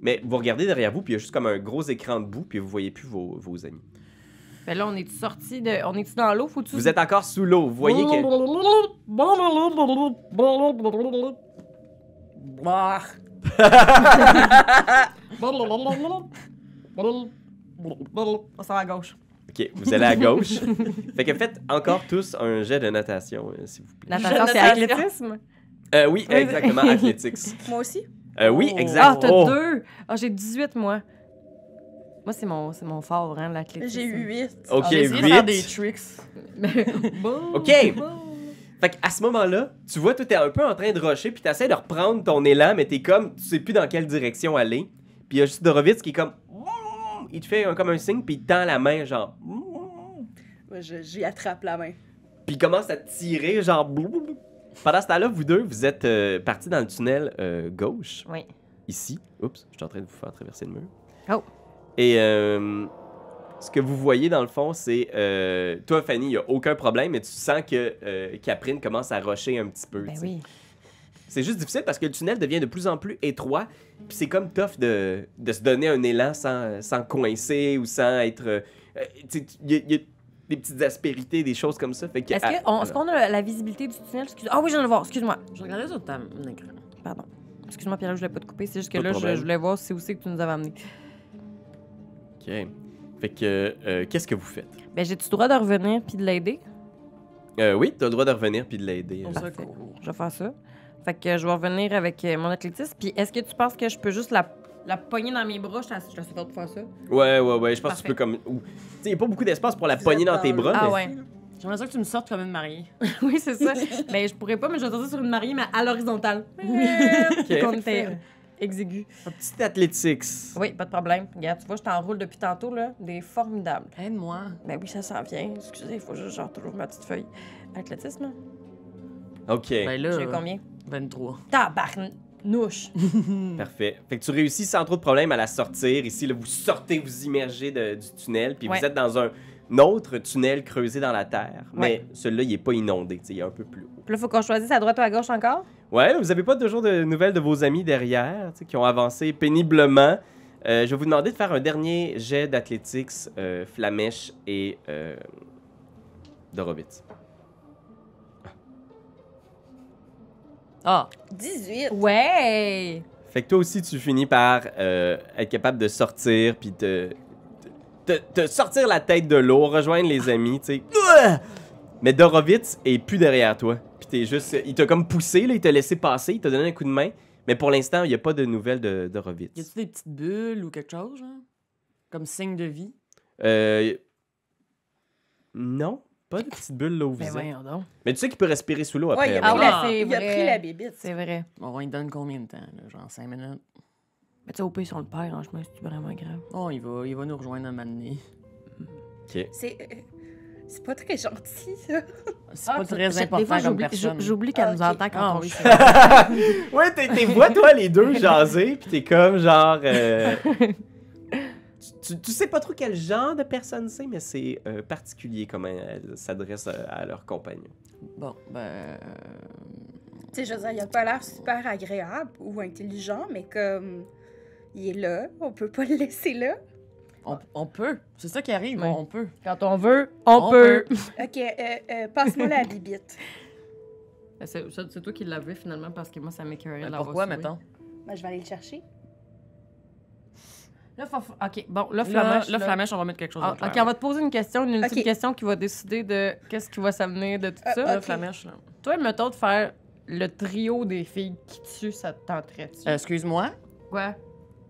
Speaker 2: Mais vous regardez derrière vous, puis il y a juste comme un gros écran de boue, puis vous voyez plus vos, vos amis.
Speaker 6: Ben là, on est-tu sorti de. euh, On est-tu dans l'eau? Faut-tu.
Speaker 2: Vous êtes encore sous l'eau, vous voyez que.
Speaker 4: Ah.
Speaker 6: On s'en va à gauche.
Speaker 2: Ok, vous allez à gauche. fait que faites encore tous un jet de natation, euh, s'il vous plaît.
Speaker 6: Natation, c'est athlétisme?
Speaker 2: Euh, oui, exactement, Athletics.
Speaker 5: Moi aussi?
Speaker 2: Euh, oui,
Speaker 4: Oh.
Speaker 2: exact.
Speaker 6: Ah, t'as
Speaker 2: Oh.
Speaker 6: deux! Ah, j'ai 18, moi. Moi, c'est mon, c'est mon fort, hein, l'athlétisme.
Speaker 5: J'ai eu 8.
Speaker 2: Ok,
Speaker 4: On a essayé Ah, de faire des
Speaker 2: 8.
Speaker 4: tricks.
Speaker 6: Ben
Speaker 2: OK. Fait qu'à ce moment-là, tu vois, toi, t'es un peu en train de rusher, puis t'essaies de reprendre ton élan, mais t'es comme, tu sais plus dans quelle direction aller. Puis il y a juste Dorovitz qui est comme, il te fait un- comme un signe, puis il te tend la main, genre,
Speaker 5: Moi, je- J'y attrape la main.
Speaker 2: puis il commence à te tirer, genre, pendant ce temps-là, vous deux, vous êtes euh, partis dans le tunnel euh, gauche,
Speaker 6: Oui.
Speaker 2: ici. Oups, je suis en train de vous faire traverser le mur.
Speaker 6: Oh.
Speaker 2: Et euh, ce que vous voyez, dans le fond, c'est, euh, toi, Fanny, il n'y a aucun problème, mais tu sens que euh, Caprine commence à rusher un petit peu.
Speaker 6: Ben
Speaker 2: tu sais.
Speaker 6: oui.
Speaker 2: C'est juste difficile parce que le tunnel devient de plus en plus étroit. Puis c'est comme tough de, de se donner un élan sans, sans coincer ou sans être. euh, euh, tu sais, Il y, a- il y a des petites aspérités, des choses comme ça. Fait que,
Speaker 6: Est-ce que- on- est-ce qu'on a la visibilité du tunnel? Excuse- Ah oui, je viens de le voir. Excuse-moi.
Speaker 4: Je regardais sur ta mon écran.
Speaker 6: Pardon. Excuse-moi, Pierre, je voulais pas te couper. C'est juste que
Speaker 2: Pas de
Speaker 6: là, je,
Speaker 2: problème.
Speaker 6: je voulais voir c'est où c'est que tu nous avais amené.
Speaker 2: Ok. Fait que, euh, qu'est-ce que vous faites
Speaker 6: Ben, j'ai-tu le droit de revenir puis de l'aider?
Speaker 2: Euh, Oui, t'as le droit de revenir puis de l'aider.
Speaker 4: Au
Speaker 2: euh.
Speaker 4: secours.
Speaker 6: Je vais faire ça. Fait que je vais revenir avec euh, mon athlétisme. Puis est-ce que tu penses que je peux juste la, la pogner dans mes bras? Je t'ass- je t'assure de faire ça.
Speaker 2: Ouais, ouais, ouais. Je pense que tu
Speaker 6: Parfait.
Speaker 2: peux comme. ou- Tu sais, il a pas beaucoup d'espace pour la
Speaker 5: Vous
Speaker 2: poignée
Speaker 5: êtes
Speaker 2: dans tes
Speaker 5: dans
Speaker 2: bras.
Speaker 5: le-
Speaker 6: Ah
Speaker 2: mais-
Speaker 6: ouais.
Speaker 4: J'aimerais ça que tu me sortes comme une mariée.
Speaker 6: oui, c'est ça. ben, je pourrais pas, mais je vais sortir sur une mariée, mais à l'horizontale.
Speaker 2: Ok.
Speaker 6: Comme t'es exigu.
Speaker 2: Un petit athlétique.
Speaker 6: Oui, pas de problème. Regarde, tu vois, je t'enroule depuis tantôt, là. Des formidables.
Speaker 4: Aide-moi.
Speaker 6: Ben oui, ça s'en vient. Excusez, il faut juste que je retrouve ma petite feuille. Athlétisme,
Speaker 2: Ok.
Speaker 4: Ben
Speaker 6: j'ai
Speaker 4: là,
Speaker 6: combien?
Speaker 4: 23.
Speaker 6: Tabarnouche!
Speaker 2: Parfait. Fait que tu réussis sans trop de problème à la sortir. Ici, là, vous sortez, vous immergez de- du tunnel, puis vous
Speaker 6: Ouais.
Speaker 2: êtes dans un autre tunnel creusé dans la terre. Mais
Speaker 6: Ouais.
Speaker 2: celui-là, il est pas inondé, tu sais, il est un peu plus haut.
Speaker 6: Puis là, faut qu'on choisisse à droite ou à gauche encore?
Speaker 2: Ouais, vous avez pas toujours de nouvelles de vos amis derrière, tu sais, qui ont avancé péniblement. Euh, je vais vous demander de faire un dernier jet d'athlétiques, euh, Flamèche et euh, Dorobitz.
Speaker 4: Ah,
Speaker 5: 18.
Speaker 6: Ouais!
Speaker 2: Fait que toi aussi, tu finis par euh, être capable de sortir, puis te, te, te sortir la tête de l'eau, rejoindre les amis, tu sais. Ouah! Mais Dorovitz est plus derrière toi. Puis t'es juste. Il t'a comme poussé, là, il t'a laissé passer, il t'a donné un coup de main. Mais pour l'instant, il n'y a pas de nouvelles de
Speaker 4: y
Speaker 2: Dorovitz.
Speaker 4: a-tu des petites bulles ou quelque chose, genre? Comme signe de vie?
Speaker 2: Euh. Non, pas de petite bulle là où vous
Speaker 4: Ben
Speaker 2: êtes.
Speaker 4: voyons donc.
Speaker 2: Mais tu sais qu'il peut respirer sous l'eau après.
Speaker 5: Ouais, il a,
Speaker 6: Ah
Speaker 5: pris
Speaker 6: ouais,
Speaker 5: la,
Speaker 6: c'est
Speaker 5: il a
Speaker 6: vrai.
Speaker 5: pris la bébite.
Speaker 6: C'est vrai.
Speaker 4: On va y donne combien de temps, là? Genre 5 minutes?
Speaker 6: Mais tu sais, au pire, si on le perd en chemin, c'est vraiment grave.
Speaker 4: Oh, il va, il va nous rejoindre un moment donné.
Speaker 5: C'est euh, c'est pas très gentil, ça.
Speaker 4: C'est
Speaker 6: Ah,
Speaker 4: pas très important comme personne.
Speaker 6: J'oublie
Speaker 5: qu'elle
Speaker 6: qu'elle
Speaker 5: Ah, nous
Speaker 6: nous
Speaker 5: ok.
Speaker 6: entend
Speaker 5: entend
Speaker 4: quand
Speaker 6: quand
Speaker 4: on
Speaker 6: on
Speaker 4: rit. Ah
Speaker 2: Ouais, t'es, t'es vois, toi, les deux jaser, puis t'es comme genre. euh, tu, tu- tu sais pas trop quel genre de personne c'est, mais c'est euh, particulier comment elles s'adressent euh, à leur compagnon.
Speaker 4: Bon, ben... euh,
Speaker 5: Tu sais, je veux dire, il a pas l'air super agréable ou intelligent, mais comme il est là, on peut pas le laisser là.
Speaker 4: On, on peut. C'est ça qui arrive,
Speaker 6: Ouais.
Speaker 4: on on peut.
Speaker 6: Quand on veut, on,
Speaker 4: Bah. On
Speaker 6: peut.
Speaker 5: Ok, euh, euh, passe-moi la bibite.
Speaker 6: C'est ça, c'est toi qui l'as vu finalement parce que moi, ça m'écœurait.
Speaker 4: Mais
Speaker 6: de l'avoir
Speaker 4: pourquoi, mettons?
Speaker 5: Moi, Ben, je vais aller le chercher.
Speaker 6: sauvé. Là, faut- OK, bon, là,
Speaker 4: Là,
Speaker 6: Flamèche.
Speaker 4: là,
Speaker 6: là-
Speaker 4: Flamèche, on va mettre quelque chose
Speaker 6: Ah,
Speaker 4: en clair.
Speaker 6: OK, on va te poser une question, une ultime
Speaker 5: Ok.
Speaker 6: question qui va décider de qu'est-ce qui va s'amener de tout
Speaker 5: Ah,
Speaker 6: ça.
Speaker 5: ah.
Speaker 4: Là,
Speaker 5: Ok.
Speaker 4: Flamèche, là.
Speaker 6: Toi, mettons de faire le trio des filles qui tuent, ça te tenterait-tu?
Speaker 4: Euh, Excuse-moi,
Speaker 6: Quoi?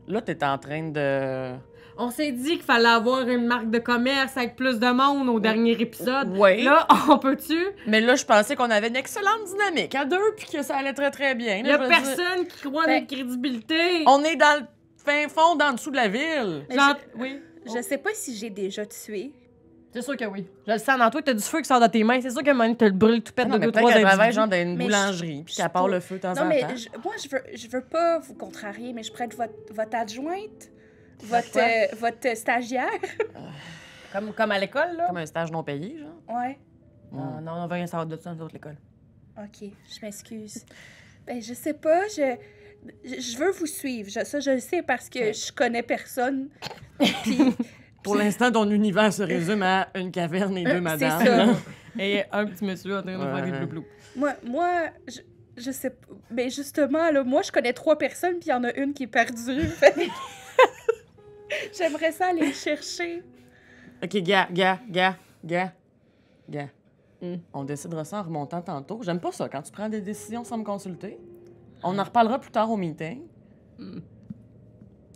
Speaker 4: là, t'es en train de...
Speaker 6: On s'est dit qu'il fallait avoir une marque de commerce avec plus de monde au dernier épisode.
Speaker 4: Ouais.
Speaker 6: Là, on peut-tu?
Speaker 4: Mais là, je pensais qu'on avait une excellente dynamique à deux, puis que ça allait très, très bien.
Speaker 6: Il
Speaker 4: Là,
Speaker 6: y a
Speaker 4: je veux dire,
Speaker 6: personne qui croit à
Speaker 5: Ben,
Speaker 6: notre crédibilité.
Speaker 4: on est dans le fin fond, dans le dessous de la ville.
Speaker 5: Mais
Speaker 6: Genre-
Speaker 5: je-
Speaker 6: Oui.
Speaker 5: Je sais pas si j'ai déjà tué.
Speaker 6: C'est sûr que oui. Je le sens dans toi, t'as du feu qui sort de tes mains. C'est sûr que Monique te le brûle tout pète
Speaker 4: Non,
Speaker 6: de
Speaker 4: mais
Speaker 6: deux,
Speaker 4: peut-être
Speaker 6: trois
Speaker 4: qu'elle travaille
Speaker 6: individus.
Speaker 4: genre dans une
Speaker 5: Mais je-
Speaker 4: boulangerie, puis
Speaker 5: je
Speaker 4: qu'elle part
Speaker 5: suis
Speaker 4: le feu de temps
Speaker 5: Non,
Speaker 4: en
Speaker 5: mais
Speaker 4: temps.
Speaker 5: je- moi, je veux, je veux pas vous contrarier, mais je prête votre, votre adjointe, votre,
Speaker 6: quoi?
Speaker 5: euh, votre stagiaire.
Speaker 6: Comme, comme Mm. à l'école, là.
Speaker 4: Comme un stage non payé, genre. Mm.
Speaker 5: Ouais,
Speaker 6: Non, non, on veut rien savoir de ça, nous autres, l'école.
Speaker 5: ok, je m'excuse. Ben, je sais pas, je, je je veux vous suivre. Je- ça, je le sais parce que je connais personne. Puis,
Speaker 4: Pour l'instant, ton univers se résume à une caverne
Speaker 6: Euh,
Speaker 4: et deux
Speaker 5: c'est
Speaker 4: madames.
Speaker 5: ça.
Speaker 6: Et un petit monsieur en train de faire des
Speaker 4: Ouais.
Speaker 6: blou-blou.
Speaker 5: Moi, moi je, je sais pas. Mais justement, là, moi, je connais trois personnes, puis il y en a une qui est perdue. Fait que- J'aimerais ça aller le chercher.
Speaker 4: OK, gars, gars, gars, gars, gars.
Speaker 8: Hmm.
Speaker 6: Mm.
Speaker 4: On décidera ça en remontant tantôt. J'aime pas ça, quand tu prends des décisions sans me consulter. On en reparlera plus tard au meeting.
Speaker 6: Mm.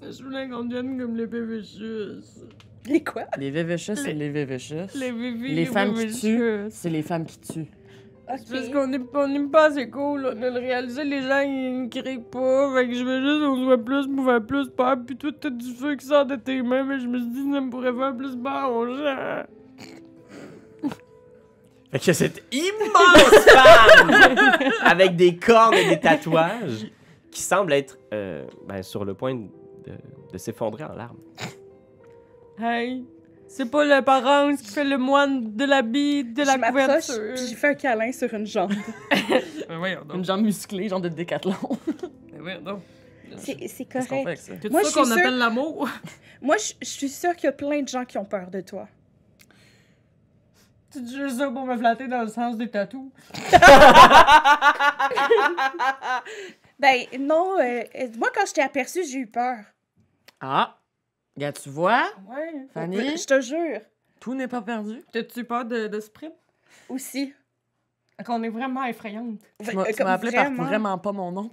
Speaker 8: Je voulais qu'on devienne comme les bébés chus.
Speaker 5: Les quoi?
Speaker 4: Les vévéchus, c'est les vévéchus.
Speaker 8: Les bébés,
Speaker 4: Les femmes qui
Speaker 8: bébés
Speaker 4: tuent.
Speaker 8: chus.
Speaker 4: C'est les femmes qui tuent.
Speaker 8: C'est parce
Speaker 5: Ok.
Speaker 8: qu'on n'est pas, on est pas assez cool là, de le réaliser. Les gens, ils ne crient pas. Fait que je veux juste qu'on soit plus, pour faire plus peur. Puis toi, t'as du feu qui sort de tes mains. Mais je me suis dit, ça me pourrait faire plus peur aux gens.
Speaker 2: Fait que cette immense femme avec des cornes et des tatouages qui semble être euh, ben, sur le point de, de s'effondrer en larmes.
Speaker 8: Hey, c'est pas l'apparence qui fait le moine de l'habit, de la
Speaker 5: je m'approche,
Speaker 8: couverture.
Speaker 5: puis j'ai fait un câlin sur une jambe.
Speaker 8: Ben voyons
Speaker 4: Une jambe musclée, genre de décathlon.
Speaker 8: Ben voyons donc.
Speaker 5: C'est c'est
Speaker 4: Qu'est-ce qu'on fait
Speaker 5: correct.
Speaker 4: avec ça?
Speaker 8: Tout
Speaker 5: Moi,
Speaker 8: ça
Speaker 5: je suis
Speaker 8: qu'on
Speaker 5: sûre-
Speaker 8: appelle l'amour.
Speaker 5: Moi, je, je suis sûre qu'il y a plein de gens qui ont peur de toi.
Speaker 8: Tu dis juste ça pour me flatter dans le sens des tatous.
Speaker 5: Ben non, euh, euh, moi, quand je t'ai aperçu, j'ai eu peur.
Speaker 4: Ah! Gars, tu vois,
Speaker 8: Ouais.
Speaker 4: Fanny,
Speaker 5: Je te jure.
Speaker 4: tout n'est pas perdu.
Speaker 8: T'as-tu peur de, de ce prix?
Speaker 5: Aussi.
Speaker 8: Qu'on est vraiment effrayante.
Speaker 4: Tu m'as tu
Speaker 5: Ben, Comme
Speaker 4: m'as appelé par vraiment pas mon nom.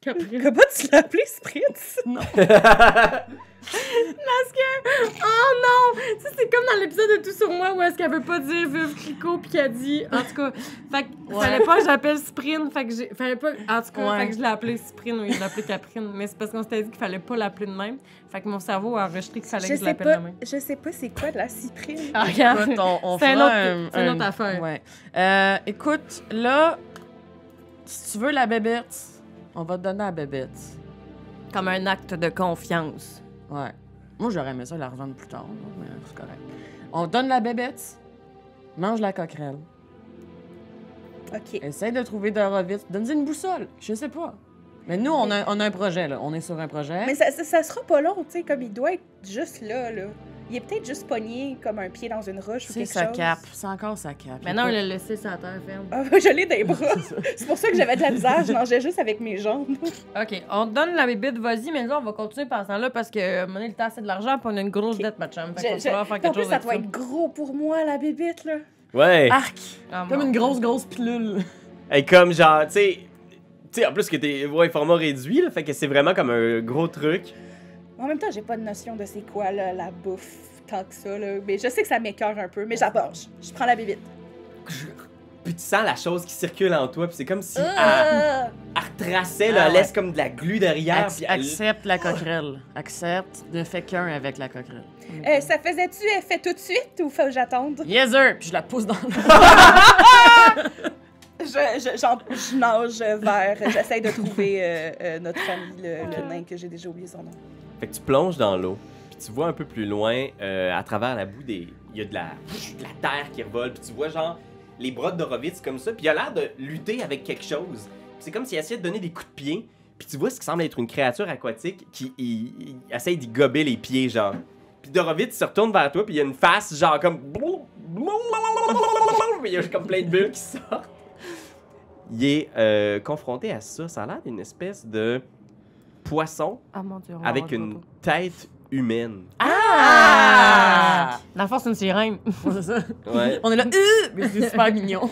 Speaker 8: Caprine.
Speaker 5: Comment tu l'as appelé, Spritz?
Speaker 8: Oh non! Tu sais, c'est comme dans l'épisode de Tout sur moi où est-ce qu'elle veut pas dire veuve Clicot puis qu'elle dit. En tout cas, fait que
Speaker 4: Ouais.
Speaker 8: fallait pas que j'appelle Sprine. Fait que j'ai. Fallait pas. En tout cas,
Speaker 4: Ouais.
Speaker 8: fait que je l'ai appelé Sprine au lieu de l'appeler Caprine. Mais c'est parce qu'on s'était dit qu'il fallait pas l'appeler de même. Fait que mon cerveau a enregistré qu'il fallait
Speaker 5: Je
Speaker 8: que je
Speaker 5: sais,
Speaker 8: l'appelle
Speaker 5: pas,
Speaker 8: de même.
Speaker 5: je sais pas c'est quoi de la cyprine.
Speaker 8: Ah, regarde!
Speaker 4: Écoute, on, on
Speaker 8: C'est un
Speaker 4: fera
Speaker 8: autre-
Speaker 4: un-
Speaker 8: c'est une autre
Speaker 4: un-
Speaker 8: affaire.
Speaker 4: Ouais. Euh, écoute, là, si tu veux la bébête, on va te donner la bébête.
Speaker 6: Comme un acte de confiance.
Speaker 4: Ouais. Moi, j'aurais aimé ça la revendre plus tard, là, mais c'est correct. On te donne la bébête, mange la coquerelle,
Speaker 5: OK.
Speaker 4: essaye de trouver Dorovitz, donne-y une boussole, je sais pas. Mais nous, on a, on a un projet, là. On est sur un projet.
Speaker 5: Mais ça, ça, ça sera pas long, tu sais, comme il doit être juste là, là. Il est peut-être juste pogné comme un pied dans une roche ou
Speaker 4: c'est
Speaker 5: quelque
Speaker 4: sa
Speaker 5: chose.
Speaker 4: cape, c'est encore sa cape.
Speaker 6: Maintenant, on
Speaker 4: Écoute,
Speaker 6: l'a laissé sur la terre ferme.
Speaker 5: Ah, je l'ai dans les bras. c'est pour ça que j'avais de la misère, je mangeais juste avec mes jambes.
Speaker 6: OK, on te donne la bébite, vas-y, mais nous, on va continuer par ce temps-là parce que euh, à un moment donné, le temps, c'est de l'argent puis on a une grosse
Speaker 5: Ok.
Speaker 6: dette, ma chum. Fait
Speaker 5: Je-
Speaker 6: qu'on va
Speaker 5: je-
Speaker 6: falloir faire
Speaker 5: En
Speaker 6: quelque
Speaker 5: plus,
Speaker 6: chose
Speaker 5: ça
Speaker 6: avec ça.
Speaker 5: doit être gros pour moi, la bébite, là.
Speaker 2: Ouais.
Speaker 4: Arc!
Speaker 6: Ah,
Speaker 4: Comme
Speaker 6: mon
Speaker 4: une
Speaker 6: Dieu.
Speaker 4: grosse, grosse pilule.
Speaker 2: Et comme genre, tu sais. Tu sais, en plus que t'es ouais, format réduit, là, fait que c'est vraiment comme un gros truc.
Speaker 5: En même temps, j'ai pas de notion de c'est quoi, là, la bouffe, tant que ça, là. Mais je sais que ça m'écœure un peu, mais j'aborde. Je prends la bébite.
Speaker 2: Puis tu sens la chose qui circule en toi, puis c'est comme si elle,
Speaker 5: Ah!
Speaker 2: elle retraçait,
Speaker 4: Ah
Speaker 2: là, elle
Speaker 4: ouais.
Speaker 2: laisse comme de la glu derrière.
Speaker 4: Ac-
Speaker 2: puis elle-
Speaker 4: accepte la coquerelle. Accepte, ne fais qu'un avec la coquerelle.
Speaker 5: Euh, ça faisait-tu effet tout de suite ou faut que j'attende?
Speaker 4: Yes, sir! Puis je la pousse dans le.
Speaker 5: Je, je, j'en- je nage vers. J'essaie de trouver euh, euh, notre famille, le, le nain que j'ai déjà oublié son nom.
Speaker 2: Fait que tu plonges dans l'eau, puis tu vois un peu plus loin, euh, à travers la boue, des... il y a de la... de la terre qui revole, puis tu vois genre les bras de Dorowitz comme ça, puis il a l'air de lutter avec quelque chose. Puis C'est comme s'il essayait de donner des coups de pied, puis tu vois ce qui semble être une créature aquatique qui il- il essaye d'y gober les pieds, genre. Puis Dorowitz se retourne vers toi, puis il y a une face, genre comme. Mais il y a comme plein de bulles qui sortent. Il est euh, confronté à ça. Ça a l'air d'une espèce de poisson
Speaker 6: Ah, mon
Speaker 4: Oh,
Speaker 6: Dieu. on va
Speaker 2: avec
Speaker 6: avoir le
Speaker 2: une
Speaker 6: dodo.
Speaker 2: tête humaine.
Speaker 4: Ah!
Speaker 6: Dans le fond, c'est une sirène.
Speaker 4: Ouais, c'est ça.
Speaker 2: Ouais.
Speaker 4: On est là, Euh! mais c'est super mignon.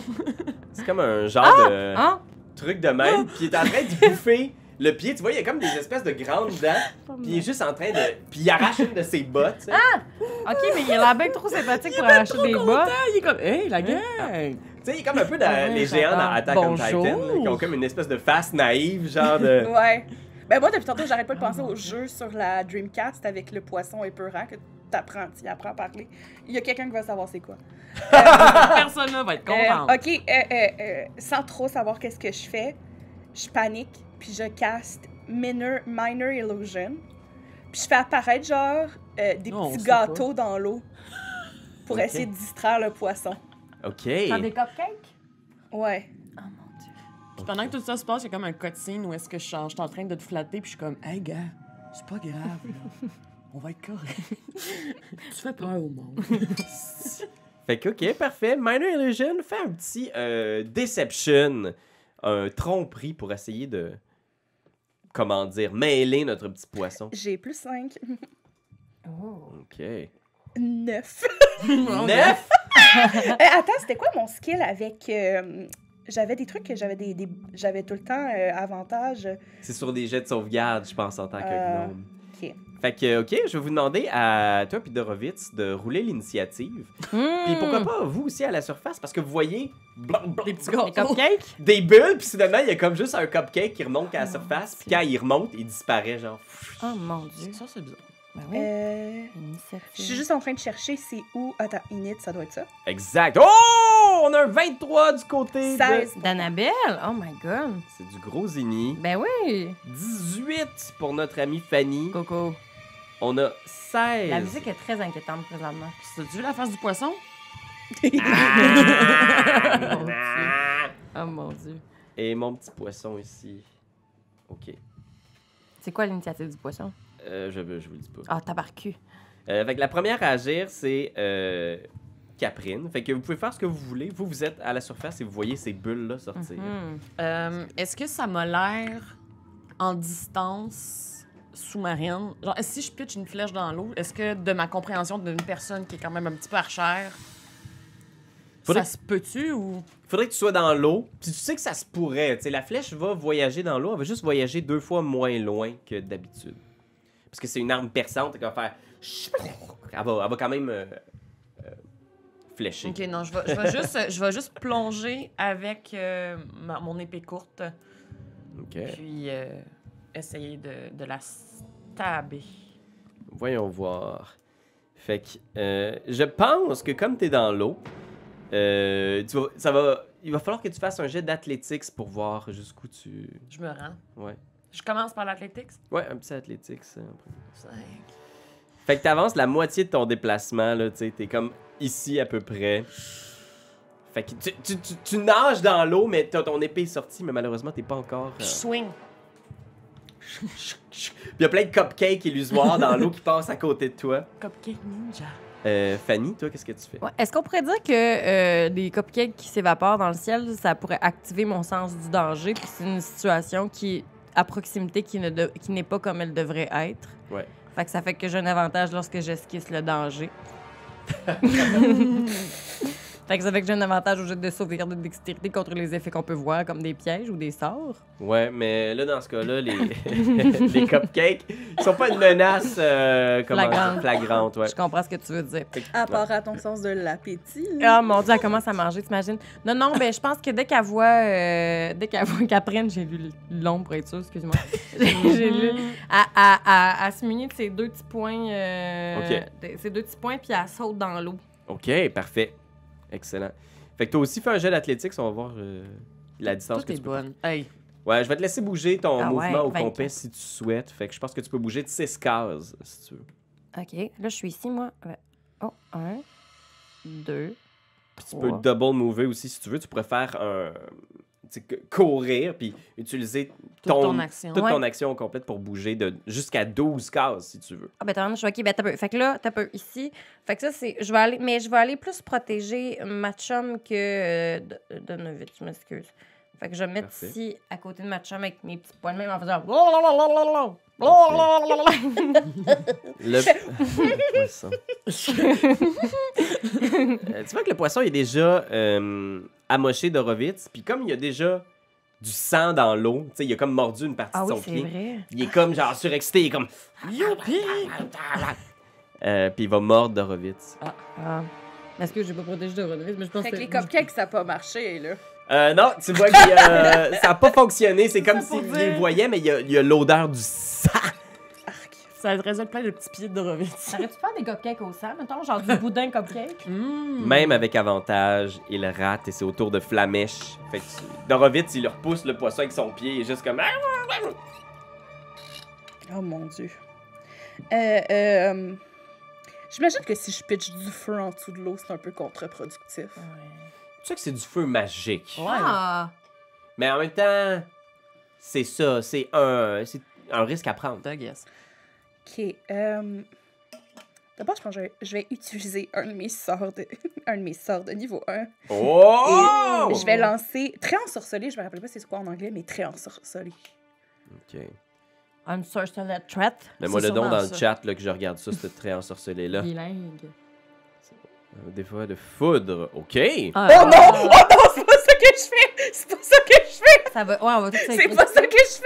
Speaker 2: C'est comme un genre de
Speaker 6: Hein?
Speaker 2: truc de même. Puis il est en train d'y bouffer le pied. Tu vois, il y a comme des espèces de grandes dents.
Speaker 4: Ah,
Speaker 2: Puis il est juste en train de. Puis il arrache une de ses bottes. tu sais.
Speaker 6: OK, mais il a l'air bien trop sympathique pour arracher des bas.
Speaker 4: Ah, il est comme, hey, la gang!
Speaker 2: Tu sais, il est comme un peu dans
Speaker 4: Ah Ouais,
Speaker 2: les géants dans
Speaker 4: j'adore.
Speaker 2: Attack on Titan.
Speaker 4: Bonjour.
Speaker 2: là, qui ont comme une espèce de face naïve, genre de.
Speaker 5: Ouais. Ben moi, depuis tantôt, j'arrête pas de penser au jeu sur la Dreamcast avec le poisson épeurant que t'apprends, tu apprends à parler. Il y a quelqu'un qui va savoir c'est quoi.
Speaker 4: Personne là va être contente.
Speaker 5: Euh, ok, euh, euh, euh, sans trop savoir qu'est-ce que je fais, je panique, puis je caste Minor, minor Illusion, puis je fais apparaître genre euh, des
Speaker 4: Non, on
Speaker 5: petits
Speaker 4: sait pas.
Speaker 5: gâteaux dans l'eau pour
Speaker 2: Ok.
Speaker 5: essayer de distraire le poisson.
Speaker 2: Ok.
Speaker 6: Dans des cupcakes?
Speaker 5: Ouais.
Speaker 4: Puis pendant que tout ça se passe, il y a comme un cutscene où est-ce que je change. Je suis en train de te flatter, puis je suis comme, hey, gars, c'est pas grave, là. On va être correct. tu fais peur au monde.
Speaker 2: Fait que, ok, parfait. Minor Illusion fait un petit euh, Deception, un tromperie pour essayer de. Comment dire, mêler notre petit poisson.
Speaker 5: J'ai plus 5.
Speaker 6: Oh.
Speaker 2: Ok.
Speaker 5: 9.
Speaker 2: Neuf!
Speaker 5: attends, c'était quoi mon skill avec euh, J'avais des trucs que j'avais des, des- j'avais tout le temps euh, avantage.
Speaker 2: C'est sur des jets de sauvegarde, je pense, en tant que
Speaker 5: Euh,
Speaker 2: gnome.
Speaker 5: ok.
Speaker 2: Fait que, ok, je vais vous demander à toi puis Dorovitz de rouler l'initiative.
Speaker 6: Hmm.
Speaker 2: Puis pourquoi pas vous aussi à la surface, parce que vous voyez blanc, blanc,
Speaker 4: Hmm. Des petits gars.
Speaker 6: Cupcake?
Speaker 2: des bulles, puis soudainement, il y a comme juste un cupcake qui remonte
Speaker 4: Ah,
Speaker 2: à la surface, puis quand il remonte, il disparaît, genre. pff.
Speaker 6: Oh mon dieu.
Speaker 4: Ça, Ah, c'est bizarre.
Speaker 6: Ben
Speaker 5: Euh, je suis
Speaker 6: oui.
Speaker 5: juste en train de chercher c'est où. Attends, init, ça doit être ça.
Speaker 2: Exact. Oh! On a un 23 du côté de-
Speaker 5: 16.
Speaker 6: D'Annabelle? Oh my god.
Speaker 2: C'est du gros zini.
Speaker 6: Ben oui.
Speaker 2: 18 pour notre amie Fanny.
Speaker 6: Coco.
Speaker 2: On a 16.
Speaker 6: La musique est très inquiétante présentement.
Speaker 4: T'as-tu vu la face du poisson?
Speaker 2: Ah.
Speaker 6: Oh mon dieu.
Speaker 2: Et mon petit poisson ici. Ok.
Speaker 6: C'est quoi l'initiative du poisson?
Speaker 2: Euh, je, je vous le dis pas.
Speaker 6: Ah, tabarcu.
Speaker 2: Euh, fait que la première à agir, c'est euh, Caprine. Fait que vous pouvez faire ce que vous voulez. Vous, vous êtes à la surface et vous voyez ces bulles-là sortir.
Speaker 6: Mhm.
Speaker 4: Euh, Est-ce que ça m'a l'air en distance sous-marine? Genre, si je pitch une flèche dans l'eau, est-ce que de ma compréhension d'une personne qui est quand même un petit peu archère,
Speaker 2: Faudrait-
Speaker 4: ça se peut-tu ou.
Speaker 2: Faudrait que tu sois dans l'eau. Puis tu sais que ça se pourrait. Tu sais, la flèche va voyager dans l'eau. Elle va juste voyager deux fois moins loin que d'habitude. Parce que c'est une arme perçante. Elle va faire... Elle va, elle va quand même euh, euh, flécher.
Speaker 4: Ok, non, je vais, je vais juste, je vais juste plonger avec euh, ma- mon épée courte,
Speaker 2: Ok.
Speaker 4: puis euh, essayer de, de la stabber.
Speaker 2: Voyons voir. Fait que euh, je pense que comme t'es dans l'eau, euh, tu vas- ça va, il va falloir que tu fasses un jet d'athlétics pour voir jusqu'où tu.
Speaker 4: Je me rends.
Speaker 2: Ouais.
Speaker 4: Je commence par l'athlétique.
Speaker 2: Ouais, un petit athlétics. euh, après. Fait que t'avances la moitié de ton déplacement, là, tu sais, t'es comme ici à peu près. Fait que tu, tu- tu- tu nages dans l'eau, mais t'as ton épée sortie, mais malheureusement, t'es pas encore.
Speaker 4: Je
Speaker 2: euh,
Speaker 4: swing.
Speaker 2: Puis y a plein de cupcakes illusoires dans l'eau qui passent à côté de toi.
Speaker 4: Cupcake ninja.
Speaker 2: Euh, Fanny, toi, qu'est-ce que tu fais?
Speaker 6: Ouais, Est-ce qu'on pourrait dire que euh, des cupcakes qui s'évaporent dans le ciel, ça pourrait activer mon sens du danger, puis c'est une situation qui est à proximité qui ne de- qui n'est pas comme elle devrait être.
Speaker 2: Ouais.
Speaker 6: Fait que ça fait que j'ai un avantage lorsque j'esquisse le danger. fait que ça fait que j'ai un avantage au jet de sauvegarde de dextérité contre les effets qu'on peut voir, comme des pièges ou des sorts.
Speaker 2: Ouais, mais là, dans ce cas-là, les, les cupcakes ils sont pas une menace euh, comment dire,
Speaker 6: Flagrante.
Speaker 2: flagrante, ouais.
Speaker 6: Je comprends ce que tu veux dire.
Speaker 5: À part à ton sens de l'appétit. là.
Speaker 6: Ah mon dieu, elle commence à manger, t'imagines? Non, non, ben je pense que dès qu'elle voit, euh, dès qu'elle voit Catherine, j'ai lu l'ombre pour être sûre, excuse-moi. j'ai j'ai lu. Elle,
Speaker 4: Mhm.
Speaker 6: elle- elle- elle se munit de ses deux petits points, euh, de- ses deux petits points, puis elle saute dans l'eau.
Speaker 2: Ok, parfait. Excellent. Fait que t'as aussi fait un jeu d'athlétique, on va voir euh, la distance
Speaker 4: Tout
Speaker 2: que
Speaker 4: est
Speaker 2: tu peux.
Speaker 4: bonne. Hey.
Speaker 2: Ouais, je vais te laisser bouger ton
Speaker 6: Ah ouais,
Speaker 2: mouvement au
Speaker 6: 24.
Speaker 2: complet si tu souhaites. Fait que je pense que tu peux bouger de 6 cases, si tu veux.
Speaker 6: OK, là je suis ici, moi. Oh, un, deux.
Speaker 2: Puis tu peux double mover aussi si tu veux. Tu pourrais faire un. tu sais, que- courir, puis utiliser
Speaker 4: Toute
Speaker 2: Ton-
Speaker 4: ton action.
Speaker 2: toute
Speaker 6: Ouais.
Speaker 2: ton action complète pour bouger de jusqu'à 12 cases, si tu veux.
Speaker 6: Ah ben t'as je suis OK, ben t'as peu. Fait que là, t'as peu ici. Fait que ça, c'est. Je vais aller. Mais je vais aller plus protéger ma chum que euh, de- Donovic, je m'excuse. Fait que je vais me mettre
Speaker 2: Parfait.
Speaker 6: ici à côté de ma chum avec mes petits poils de même en faisant. Blablabla, blablabla.
Speaker 2: Le poisson. Euh, tu vois que le poisson il est déjà euh, amoché d'Horowitz, puis comme il y a déjà du sang dans l'eau, tu sais, il a comme mordu une partie
Speaker 6: Ah
Speaker 2: de
Speaker 6: oui,
Speaker 2: son
Speaker 6: c'est
Speaker 2: pied.
Speaker 6: vrai.
Speaker 2: Il est comme genre surexcité, il est comme.
Speaker 4: Youpi!
Speaker 2: ah, Euh, puis il va mordre d'Horowitz.
Speaker 6: Ah. Parce que j'ai pas protégé Donovic, mais je pense
Speaker 5: Fait
Speaker 6: que.
Speaker 5: que les cupcakes, ça n'a pas marché, là.
Speaker 2: Euh, non, tu vois que euh, ça n'a pas fonctionné. C'est comme
Speaker 4: ça pour
Speaker 2: s'il
Speaker 4: dire.
Speaker 2: les voyait, mais il y a- il y a l'odeur du sang.
Speaker 4: Ça résulte plein de petits pieds de revêtis.
Speaker 6: T'aurais-tu faire des cupcakes au sang, mettons, genre du boudin cupcake? Hmm.
Speaker 4: Hmm.
Speaker 2: Même avec avantage, il rate et c'est au tour de Flamèche. Fait que tu- Dorovitz, il repousse le poisson avec son pied et juste comme.
Speaker 5: Oh mon dieu. Euh, euh, J'imagine que si je pitch du feu en dessous de l'eau, c'est un peu contre-productif.
Speaker 2: Tu sais que c'est du feu magique.
Speaker 6: Ah!
Speaker 2: Mais en même temps, c'est ça, c'est un, c'est un risque à prendre. hein.
Speaker 4: Doug, yes.
Speaker 5: Ok. euh, D'abord, je pense que je vais- je vais utiliser un de mes sorts de, un de, mes sorts de niveau 1. Et
Speaker 2: Oh!
Speaker 5: je vais lancer Très ensorcelé. Je me rappelle pas c'est quoi en anglais, mais Très ensorcelé.
Speaker 2: Ok.
Speaker 6: I'm sorcerer threat.
Speaker 2: Mets-moi le
Speaker 4: C'est
Speaker 2: don
Speaker 4: sûrement
Speaker 2: dans le
Speaker 4: ça.
Speaker 2: chat là, que je regarde ça, ce trait ensorcelé là.
Speaker 6: Bilingue.
Speaker 2: Euh, Des fois de foudre. OK.
Speaker 6: Ah,
Speaker 5: Oh non! Oh non, c'est pas ça que je fais! C'est pas ça que je fais!
Speaker 6: Ça va. Ouais, on va tout
Speaker 5: C'est pas ça que je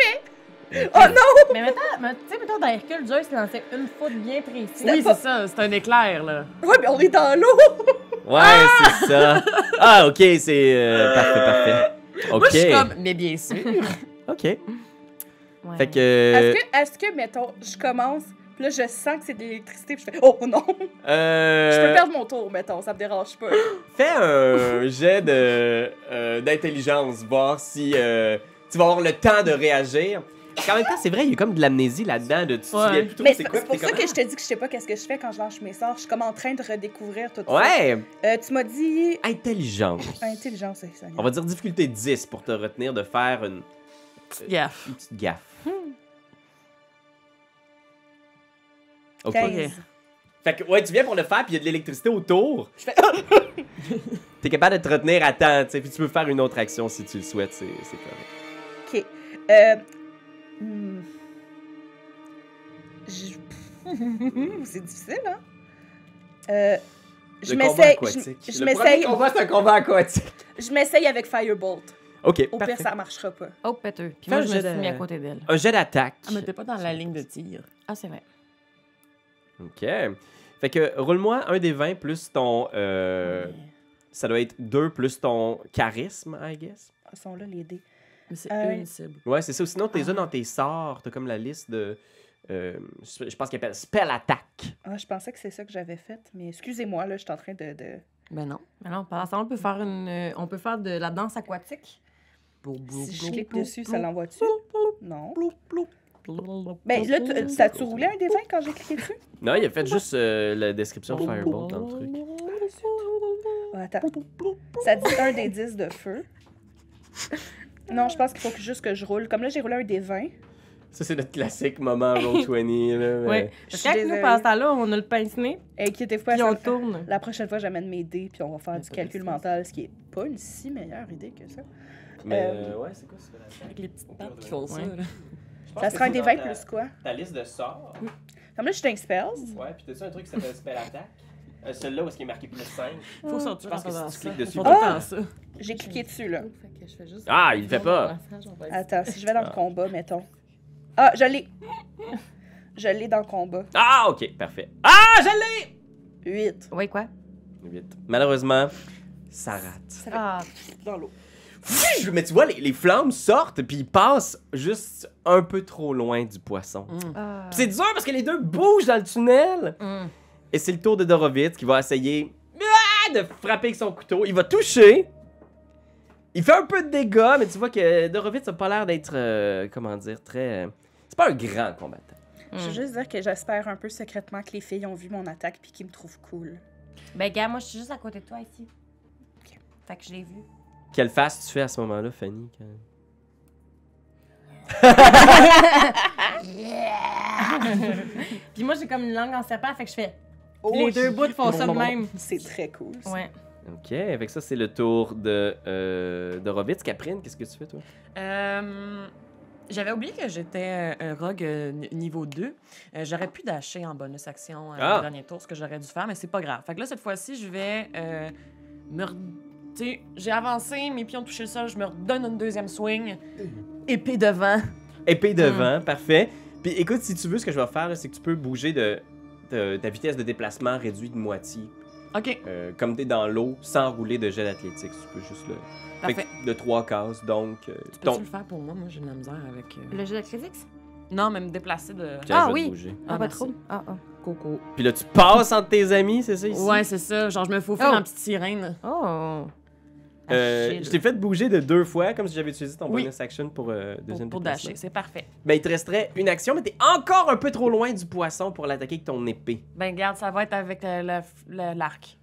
Speaker 5: fais!
Speaker 2: Ok.
Speaker 5: Oh non!
Speaker 6: Mais maintenant, mais tu sais, mettons, dans Hercule, Zeus lançait une faute bien précise.
Speaker 4: Oui, c'est ça, c'est un éclair, là.
Speaker 5: Ouais, mais on est dans l'eau!
Speaker 2: Ouais, c'est ça. Ah, OK, c'est... euh, parfait, parfait. OK.
Speaker 4: Moi, je suis comme, mais bien sûr.
Speaker 2: OK.
Speaker 6: Ouais.
Speaker 2: Fait que...
Speaker 5: Est-ce que, est-ce que, mettons, je commence, puis là, je sens que c'est de l'électricité, puis je fais « Oh non!
Speaker 2: euh,
Speaker 5: Je peux perdre mon tour, mettons, ça me dérange pas.
Speaker 2: Fais un jet de, euh, d'intelligence, voir si euh, tu vas avoir le temps de réagir. En même temps, c'est vrai, il y a comme de l'amnésie là-dedans, de tu te
Speaker 4: Ouais.
Speaker 2: souviens plus trop
Speaker 5: Mais
Speaker 2: c'est
Speaker 5: c'est
Speaker 2: quoi,
Speaker 5: c'est pour
Speaker 2: puis t'es
Speaker 5: ça
Speaker 2: comme,
Speaker 5: que je te dis que je sais pas qu'est-ce que je fais quand je lâche mes sorts. Je suis comme en train de redécouvrir tout ça.
Speaker 2: Ouais,
Speaker 5: Euh, tu m'as dit
Speaker 2: intelligence.
Speaker 5: intelligence, c'est ça.
Speaker 2: On va dire difficulté 10 pour te retenir de faire une,
Speaker 4: Gaffe. Hmm.
Speaker 2: une petite gaffe. Ok.
Speaker 5: 15.
Speaker 2: Fait que, ouais, tu viens pour le faire, puis il y a de l'électricité autour.
Speaker 5: Je fais
Speaker 2: T'es capable de te retenir à temps, tu sais, puis tu peux faire une autre action si tu le souhaites, c'est c'est correct.
Speaker 5: OK. Euh... hmm. Je- Pff, c'est difficile, hein? Euh... Je
Speaker 2: Le combat
Speaker 5: m'essaye,
Speaker 2: aquatique.
Speaker 5: je, je
Speaker 2: Le premier
Speaker 5: m'essaye,
Speaker 2: combat, c'est un combat aquatique.
Speaker 5: je m'essaye avec Firebolt.
Speaker 2: Ok,
Speaker 5: Au
Speaker 2: parfait.
Speaker 5: pire, ça marchera pas.
Speaker 6: Oh, péteux. Puis
Speaker 2: Fais
Speaker 6: moi,
Speaker 2: un
Speaker 6: je
Speaker 2: jet
Speaker 6: me suis
Speaker 2: de-
Speaker 6: mis à côté d'elle.
Speaker 2: Un jet d'attaque.
Speaker 4: Ah, mais t'es pas dans la ligne de tir.
Speaker 6: Ah, c'est vrai.
Speaker 2: Ok. Fait que roule-moi un des 20 plus ton. euh, Ça doit être 2 plus ton charisme, I guess.
Speaker 5: Ils sont là, les dés.
Speaker 4: Mais c'est
Speaker 5: Euh,
Speaker 4: une cible.
Speaker 2: Ouais, c'est ça. Ou Sinon, t'es
Speaker 5: Ah.
Speaker 2: là dans tes sorts. T'as comme la liste de. euh, je pense qu'il appelle Spell Attack.
Speaker 5: Ah, je pensais que c'est ça que j'avais fait, mais excusez-moi, là, je suis en train de... de-
Speaker 4: Ben non.
Speaker 6: Mais non, pendant ça, on peut faire une. euh, On peut faire de la danse aquatique.
Speaker 4: Blou, blou,
Speaker 5: Si je
Speaker 4: blou,
Speaker 5: clique
Speaker 4: blou,
Speaker 5: dessus,
Speaker 4: blou,
Speaker 5: ça l'envoie-tu? Non.
Speaker 4: blou, blou, blou, blou, blou,
Speaker 5: Ben là,
Speaker 4: blou,
Speaker 5: tu-
Speaker 4: blou,
Speaker 5: t'as-tu roulé un des 20 quand j'ai cliqué dessus?
Speaker 2: Non, il a fait juste euh, la description
Speaker 5: Oh,
Speaker 2: de
Speaker 4: blou,
Speaker 2: Firebolt dans le
Speaker 4: blou,
Speaker 2: truc.
Speaker 4: blou, blou,
Speaker 5: Ah, attends,
Speaker 4: blou, blou, blou.
Speaker 5: ça dit un des 10 de feu. Non, je pense qu'il faut que juste que je roule. Comme là, j'ai roulé un des 20.
Speaker 2: Ça, c'est notre classique moment Roll20. là, mais-
Speaker 6: Ouais.
Speaker 5: Je
Speaker 6: Parce que
Speaker 5: suis
Speaker 6: quand nous,
Speaker 5: désolée.
Speaker 6: pendant ce temps-là, on a le pince-nez,
Speaker 5: Inquiétez-vous pas,
Speaker 6: puis on
Speaker 5: ça-
Speaker 6: tourne.
Speaker 5: la prochaine fois, j'amène mes dés, puis on va faire
Speaker 4: Mais
Speaker 5: du
Speaker 4: pas de
Speaker 5: calcul
Speaker 4: stress.
Speaker 5: mental, ce qui est pas une si meilleure idée que ça.
Speaker 2: Mais
Speaker 5: Euh,
Speaker 2: euh, ouais, c'est quoi Spell Attack
Speaker 4: Avec les petites pattes qui font ça,
Speaker 6: Ouais.
Speaker 4: là.
Speaker 2: Je pense
Speaker 5: Ça
Speaker 2: que
Speaker 5: sera un
Speaker 2: c'est
Speaker 5: des
Speaker 2: dans
Speaker 5: 20
Speaker 2: ta-
Speaker 5: plus quoi?
Speaker 2: Ta liste de sorts.
Speaker 5: Comme là, je suis un spells.
Speaker 2: Ouais, puis t'as-tu un truc qui s'appelle Spell Attack Euh, Celui-là où est-ce qu'il est marqué plus 5
Speaker 4: Faut sortir
Speaker 2: Je pense que
Speaker 4: quand
Speaker 2: si tu
Speaker 4: on danse
Speaker 2: cliques
Speaker 4: ça.
Speaker 2: dessus,
Speaker 4: Faut
Speaker 2: t'as-
Speaker 4: tout le temps ça.
Speaker 5: J'ai cliqué dessus, là.
Speaker 6: Fait que je fais juste-
Speaker 2: Ah, il le fait pas.
Speaker 5: Attends, si je vais dans le combat, mettons. Ah, je l'ai! Je l'ai dans le combat.
Speaker 2: Ah, ok, parfait. Ah, je l'ai
Speaker 5: 8.
Speaker 6: Oui, quoi?
Speaker 2: Vite. Malheureusement, ça rate.
Speaker 6: Ah,
Speaker 5: Dans l'eau.
Speaker 2: Pfff, Mais tu vois, les, les flammes sortent, puis ils passent juste un peu trop loin du poisson.
Speaker 4: Mm.
Speaker 6: ah.
Speaker 2: Puis C'est dur parce que les deux bougent dans le tunnel.
Speaker 6: Hum.
Speaker 2: Et c'est le tour de Dorovitz qui va essayer ah, de frapper avec son couteau. Il va toucher. Il fait un peu de dégâts, mais tu vois que Dorovitz a pas l'air d'être, euh, comment dire, très... C'est pas un grand combattant.
Speaker 6: hum.
Speaker 5: Je
Speaker 6: Hmm.
Speaker 5: veux juste dire que j'espère un peu secrètement que les filles ont vu mon attaque puis qu'ils me trouvent cool.
Speaker 6: Ben, gars, moi, je suis juste à côté de toi ici.
Speaker 5: Ok.
Speaker 6: Fait que je l'ai vu.
Speaker 2: Quelle face tu fais à ce moment-là, Fanny? quand-
Speaker 6: Puis moi, j'ai comme une langue en serpent, fait que je fais.
Speaker 5: Oh,
Speaker 6: les deux bouts font ça de
Speaker 5: bon.
Speaker 6: même.
Speaker 5: C'est très cool. ça.
Speaker 6: Ouais.
Speaker 2: Ok, avec ça, c'est le tour de, euh, de Rovitz. Caprine, qu'est-ce que tu fais, toi?
Speaker 4: Euh, J'avais oublié que j'étais euh, un rogue euh, ni- niveau 2. Euh, j'aurais pu dasher en bonus action euh,
Speaker 2: Ah.
Speaker 4: le dernier tour, ce que j'aurais dû faire, mais c'est pas grave. Fait que là, cette fois-ci, je vais euh, me. re- tu sais, j'ai avancé, mes pions ont touché le sol, je me redonne une deuxième swing.
Speaker 2: Mm.
Speaker 4: Épée devant.
Speaker 2: Épée
Speaker 4: Ah.
Speaker 2: devant, parfait. Puis écoute, si tu veux, ce que je vais faire, là, c'est que tu peux bouger de, de- ta vitesse de déplacement réduite de moitié.
Speaker 4: OK,
Speaker 2: Euh, comme t'es dans l'eau, sans rouler de jet d'athlétique. Tu peux juste le. Fait que
Speaker 4: parfait.
Speaker 2: de trois cases, donc. euh,
Speaker 4: Peux-tu
Speaker 2: ton.
Speaker 4: le faire pour moi? Moi, j'ai de la misère avec. euh,
Speaker 6: Le jeu de critiques?
Speaker 4: Non, mais me déplacer de.
Speaker 2: Puis elle
Speaker 6: Ah
Speaker 2: va te
Speaker 6: oui.
Speaker 2: bouger.
Speaker 4: Ah,
Speaker 6: pas
Speaker 4: merci.
Speaker 6: trop. Ah, ah.
Speaker 4: Coco.
Speaker 2: Puis là, tu passes entre tes amis, c'est ça ici?
Speaker 4: Ouais, c'est ça. Genre, je me faufile
Speaker 6: Oh.
Speaker 4: en petite sirène.
Speaker 6: Oh.
Speaker 2: Euh,
Speaker 6: Ah, shit.
Speaker 2: je t'ai fait bouger de deux fois, comme si j'avais utilisé ton
Speaker 4: Oui.
Speaker 2: bonus action pour euh,
Speaker 4: Pour,
Speaker 2: deuxième
Speaker 4: pour
Speaker 2: déplacement.
Speaker 4: dasher, c'est parfait.
Speaker 2: Ben, il te resterait une action, mais t'es encore un peu trop loin du poisson pour l'attaquer avec ton épée.
Speaker 4: Ben, garde, ça va être avec euh, le f- le- l'arc.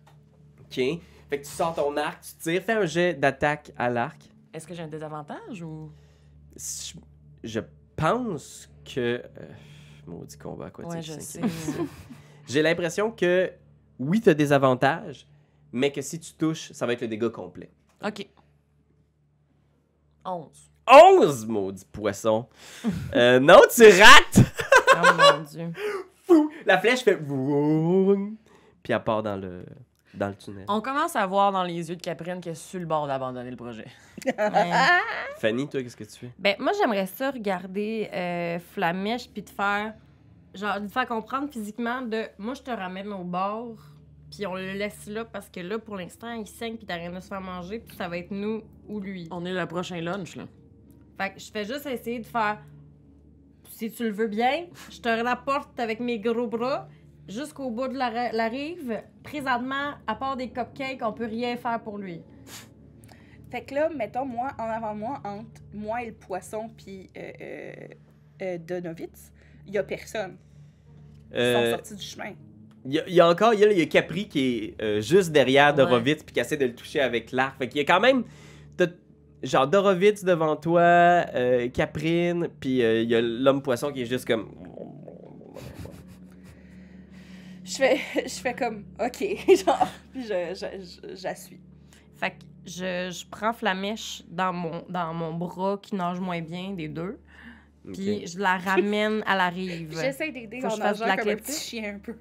Speaker 2: Ok? Fait que tu sors ton arc, tu tires, fais un jet d'attaque à l'arc.
Speaker 4: Est-ce que j'ai un désavantage ou.
Speaker 2: Je- Je pense que. euh, maudit combat aquatique.
Speaker 4: Ouais, je sais.
Speaker 2: cinquième. J'ai l'impression que, oui, t'as des avantages, mais que si tu touches, ça va être le dégât complet.
Speaker 4: OK. 11.
Speaker 2: 11, maudit poisson. Euh, non, tu rates!
Speaker 6: Oh mon dieu.
Speaker 2: Fou! La flèche fait vroom, puis elle part dans le, dans le tunnel.
Speaker 4: On commence à voir dans les yeux de Caprine qu'elle est sur le bord d'abandonner le projet.
Speaker 2: Fanny, toi, qu'est-ce que tu fais?
Speaker 6: Ben, moi, j'aimerais ça regarder euh, Flamèche puis te faire. Genre, de faire comprendre physiquement de. Moi, je te ramène au bord, puis on le laisse là parce que là, pour l'instant, il saigne, puis t'as rien à se faire manger, puis ça va être nous ou lui.
Speaker 4: On est le prochain lunch, là.
Speaker 6: Fait que je fais juste essayer de faire. Si tu le veux bien, je te rapporte avec mes gros bras jusqu'au bout de la, ra- la rive. Présentement, à part des cupcakes, on peut rien faire pour lui.
Speaker 5: Fait que là, mettons, moi, en avant de moi, entre moi et le poisson, puis euh, euh, euh, Donovitz, il y a personne. Ils sont
Speaker 2: Euh,
Speaker 5: sortis du chemin.
Speaker 2: Il y, a- il y a encore, il y a, il y a Capri qui est euh, juste derrière
Speaker 4: Ouais.
Speaker 2: Dorovitz puis qui essaie de le toucher avec l'arc. Fait qu'il y a quand même, t'as- genre Dorovitz devant toi, euh, Caprine, puis euh, il y a l'homme poisson qui est juste comme.
Speaker 5: Je fais, je fais comme, OK, genre, puis je, je, je- j'assuis.
Speaker 6: Fait que je, je prends Flamèche dans mon, dans mon bras qui nage moins bien des deux,
Speaker 2: Ok.
Speaker 6: puis je la ramène à la rive.
Speaker 5: J'essaie d'aider
Speaker 6: Faut que
Speaker 5: en
Speaker 6: je fasse de
Speaker 5: nageant comme un
Speaker 6: l'athlétique.
Speaker 5: petit chien un peu.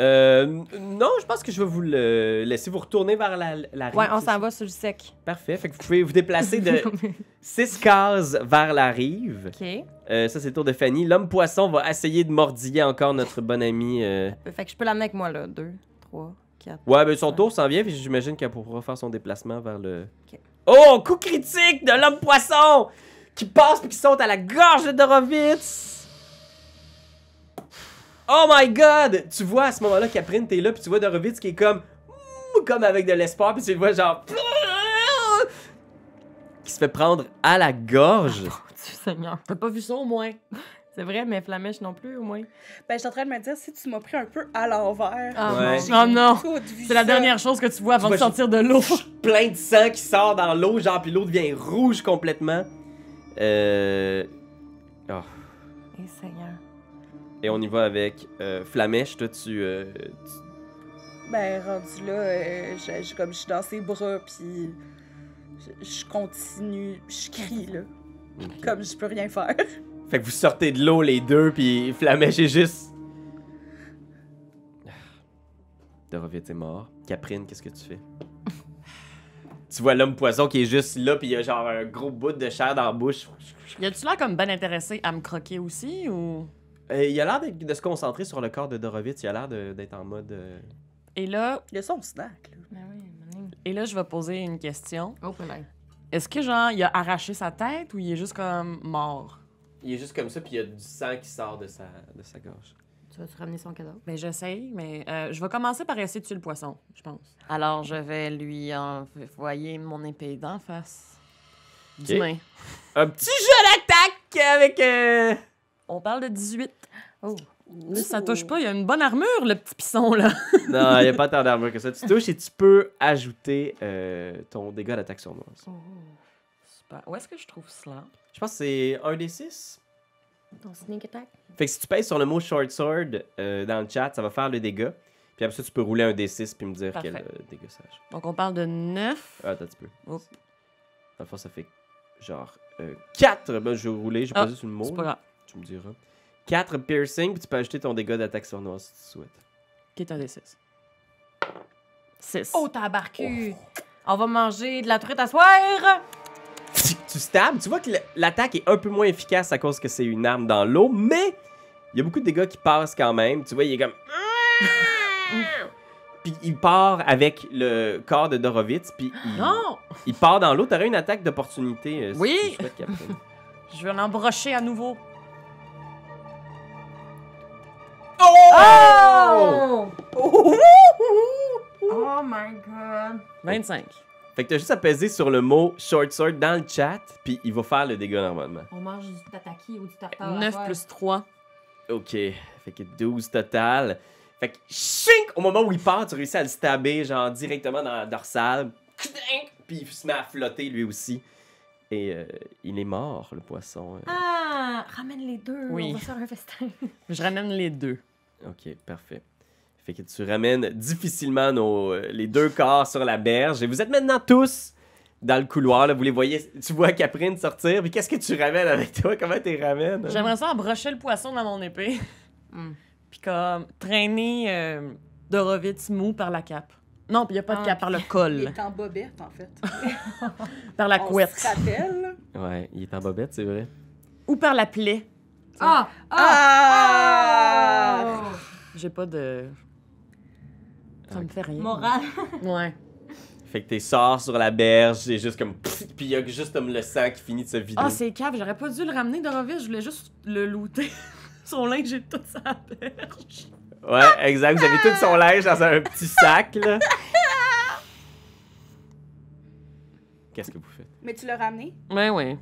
Speaker 2: Euh, non, je pense que je vais vous le laisser vous retourner vers la, la rive.
Speaker 6: Ouais, on s'en va sur le sec.
Speaker 2: Parfait. Fait que vous pouvez vous déplacer de 6 cases vers la rive.
Speaker 6: OK.
Speaker 2: Euh, ça, c'est le tour de Fanny. L'homme poisson va essayer de mordiller encore notre bon ami. euh.
Speaker 6: Fait que je peux l'amener avec moi, là. Deux, trois, quatre.
Speaker 2: Ouais, ben son
Speaker 6: Ouais.
Speaker 2: tour s'en vient, puis j'imagine qu'elle pourra faire son déplacement vers le.
Speaker 6: Ok.
Speaker 2: Oh, coup critique de l'homme poisson qui passe puis qui saute à la gorge de Dorovitz. Oh my god! Tu vois à ce moment-là, Caprine, t'es là, puis tu vois Dorovitz qui est comme. Ouh, comme avec de l'espoir, puis tu le vois genre. qui se fait prendre à la gorge.
Speaker 6: Oh, Tu Seigneur.
Speaker 4: T'as pas vu ça, au moins?
Speaker 6: C'est vrai, mais Flamèche non plus, au moins.
Speaker 5: Ben, je suis en train de me dire, si tu m'as pris un peu à l'envers,
Speaker 6: Ah,
Speaker 2: Ouais.
Speaker 6: mon Dieu.
Speaker 4: Oh non!
Speaker 5: toute vue
Speaker 4: C'est la
Speaker 5: ça.
Speaker 4: dernière chose que tu vois avant
Speaker 2: Tu
Speaker 4: de
Speaker 2: vois,
Speaker 4: sortir de l'eau.
Speaker 2: plein de sang qui sort dans l'eau, genre, puis l'eau devient rouge complètement. Euh,
Speaker 6: Eh, Seigneur.
Speaker 2: et on y va avec euh, Flamèche, toi, tu... euh, tu-
Speaker 5: Ben, rendu là, euh, je, je- comme je suis dans ses bras, puis je, je continue, je crie, là. Comme je peux rien faire.
Speaker 2: Fait que vous sortez de l'eau, les deux, puis Flamèche est juste... Dorovitz Ah. est mort. Caprine, qu'est-ce que tu fais? tu vois l'homme poisson qui est juste là, puis il a genre un gros bout de chair dans la bouche.
Speaker 4: Y a-tu l'air comme ben intéressé à me croquer aussi, ou...
Speaker 2: Euh, il a l'air d'être- de se concentrer sur le corps de Dorovitz, il a l'air de- d'être en mode... euh,
Speaker 4: Et là,
Speaker 5: Il y a son snack, là.
Speaker 6: Ben oui, Manin.
Speaker 4: et là, je vais poser une question.
Speaker 6: Oh, Manin.
Speaker 4: Est-ce que, genre, il a arraché sa tête ou il est juste comme mort?
Speaker 2: Il est juste comme ça, puis il y a du sang qui sort de sa, de sa gorge.
Speaker 6: Tu vas-tu ramener son cadavre?
Speaker 4: Ben, j'essaye, mais euh, je vais commencer par essayer de tuer le poisson, je pense. Alors, je vais lui envoyer mon épée d'en face.
Speaker 2: Ok.
Speaker 4: D'humain.
Speaker 2: Un petit jeu d'attaque avec. euh,
Speaker 4: On parle de 18.
Speaker 6: Oh.
Speaker 4: Si ça touche pas, il a une bonne armure, le petit pisson, là.
Speaker 2: Non, il n'y a pas tant d'armure que ça. Tu touches et tu peux ajouter euh, ton dégât d'attaque sournoise.
Speaker 4: Super. Où est-ce que je trouve cela?
Speaker 2: Je pense que c'est 1 des 6.
Speaker 6: Ton sneak attack?
Speaker 2: Fait que si tu pèses sur le mot short sword euh, dans le chat, ça va faire le dégât. Puis après ça, tu peux rouler un des 6 puis me dire
Speaker 4: Parfait.
Speaker 2: quel euh, dégât ça ajoute.
Speaker 4: Donc, on parle de 9.
Speaker 2: Ah, attends, tu peux. Dans
Speaker 4: Oups.
Speaker 2: le fond, ça fait genre 4. Ben, je vais rouler, j'ai
Speaker 4: Ah,
Speaker 2: posé sur le mot.
Speaker 4: C'est
Speaker 2: là.
Speaker 4: pas grave.
Speaker 2: Tu me diras. 4 piercing, puis tu peux ajouter ton dégât d'attaque sournoise si tu souhaites.
Speaker 4: Qui est un des 6. 6.
Speaker 6: Oh, tabarcu! On va manger de la truite à soir!
Speaker 2: tu stabs, tu vois que le- l'attaque est un peu moins efficace à cause que c'est une arme dans l'eau, mais il y a beaucoup de dégâts qui passent quand même. Tu vois, il est comme. puis il part avec le corps de Dorovitz, puis il,
Speaker 4: Non!
Speaker 2: il part dans l'eau. T'aurais une attaque d'opportunité. euh, si
Speaker 4: Oui.
Speaker 2: tu souhaites, Catherine.
Speaker 4: Je vais l'embrocher à nouveau.
Speaker 6: Oh! Oh my god!
Speaker 4: 25.
Speaker 2: fait que t'as juste à peser sur le mot short sword dans le chat, puis il va faire le dégât normalement.
Speaker 6: On mange du tataki ou du tartare. à
Speaker 4: 9
Speaker 6: soir.
Speaker 4: plus 3.
Speaker 2: Ok, fait que 12 total. Fait que chink, au moment où il part, tu réussis à le stabber, genre directement dans la dorsale. Clink! Puis il se met à flotter lui aussi. Et euh, il est mort, le poisson. Euh,
Speaker 6: Ah! Ramène les deux.
Speaker 4: Oui.
Speaker 6: On va faire un festin.
Speaker 4: Je ramène les deux.
Speaker 2: Ok, parfait. Fait que tu ramènes difficilement nos, euh, les deux corps sur la berge. Et vous êtes maintenant tous dans le couloir. Là. Vous les voyez, tu vois Caprine sortir. Puis qu'est-ce que tu ramènes avec toi? Comment tu les ramènes?
Speaker 4: J'aimerais ça embrocher le poisson dans mon épée.
Speaker 6: Mm.
Speaker 4: Puis comme traîner euh, Dorovitz mou par la cape. Non, puis il n'y a pas de
Speaker 6: Ah,
Speaker 4: cap par le
Speaker 5: Il
Speaker 4: col,
Speaker 5: est en bobette, en fait.
Speaker 4: par la
Speaker 5: On
Speaker 4: couette
Speaker 5: se rappelle.
Speaker 2: Ouais, il est en bobette, c'est vrai.
Speaker 4: ou par la plaie.
Speaker 6: Ah! Ah!
Speaker 5: Ah!
Speaker 6: Oh!
Speaker 4: J'ai pas de. Ça me fait rien.
Speaker 6: Morale.
Speaker 4: Ouais.
Speaker 2: Fait que t'es sort sur la berge, c'est juste comme. pfff, Puis il y a juste comme le sang qui finit de se vider.
Speaker 4: Ah, c'est cave, j'aurais pas dû le ramener, Dorovis, je voulais juste le looter. Son linge, j'ai tout ça à berge.
Speaker 2: ouais, exact. Vous avez tout son linge dans un petit sac, là. Qu'est-ce que vous faites?
Speaker 5: Mais tu l'as ramené?
Speaker 4: Ouais, Ben ouais.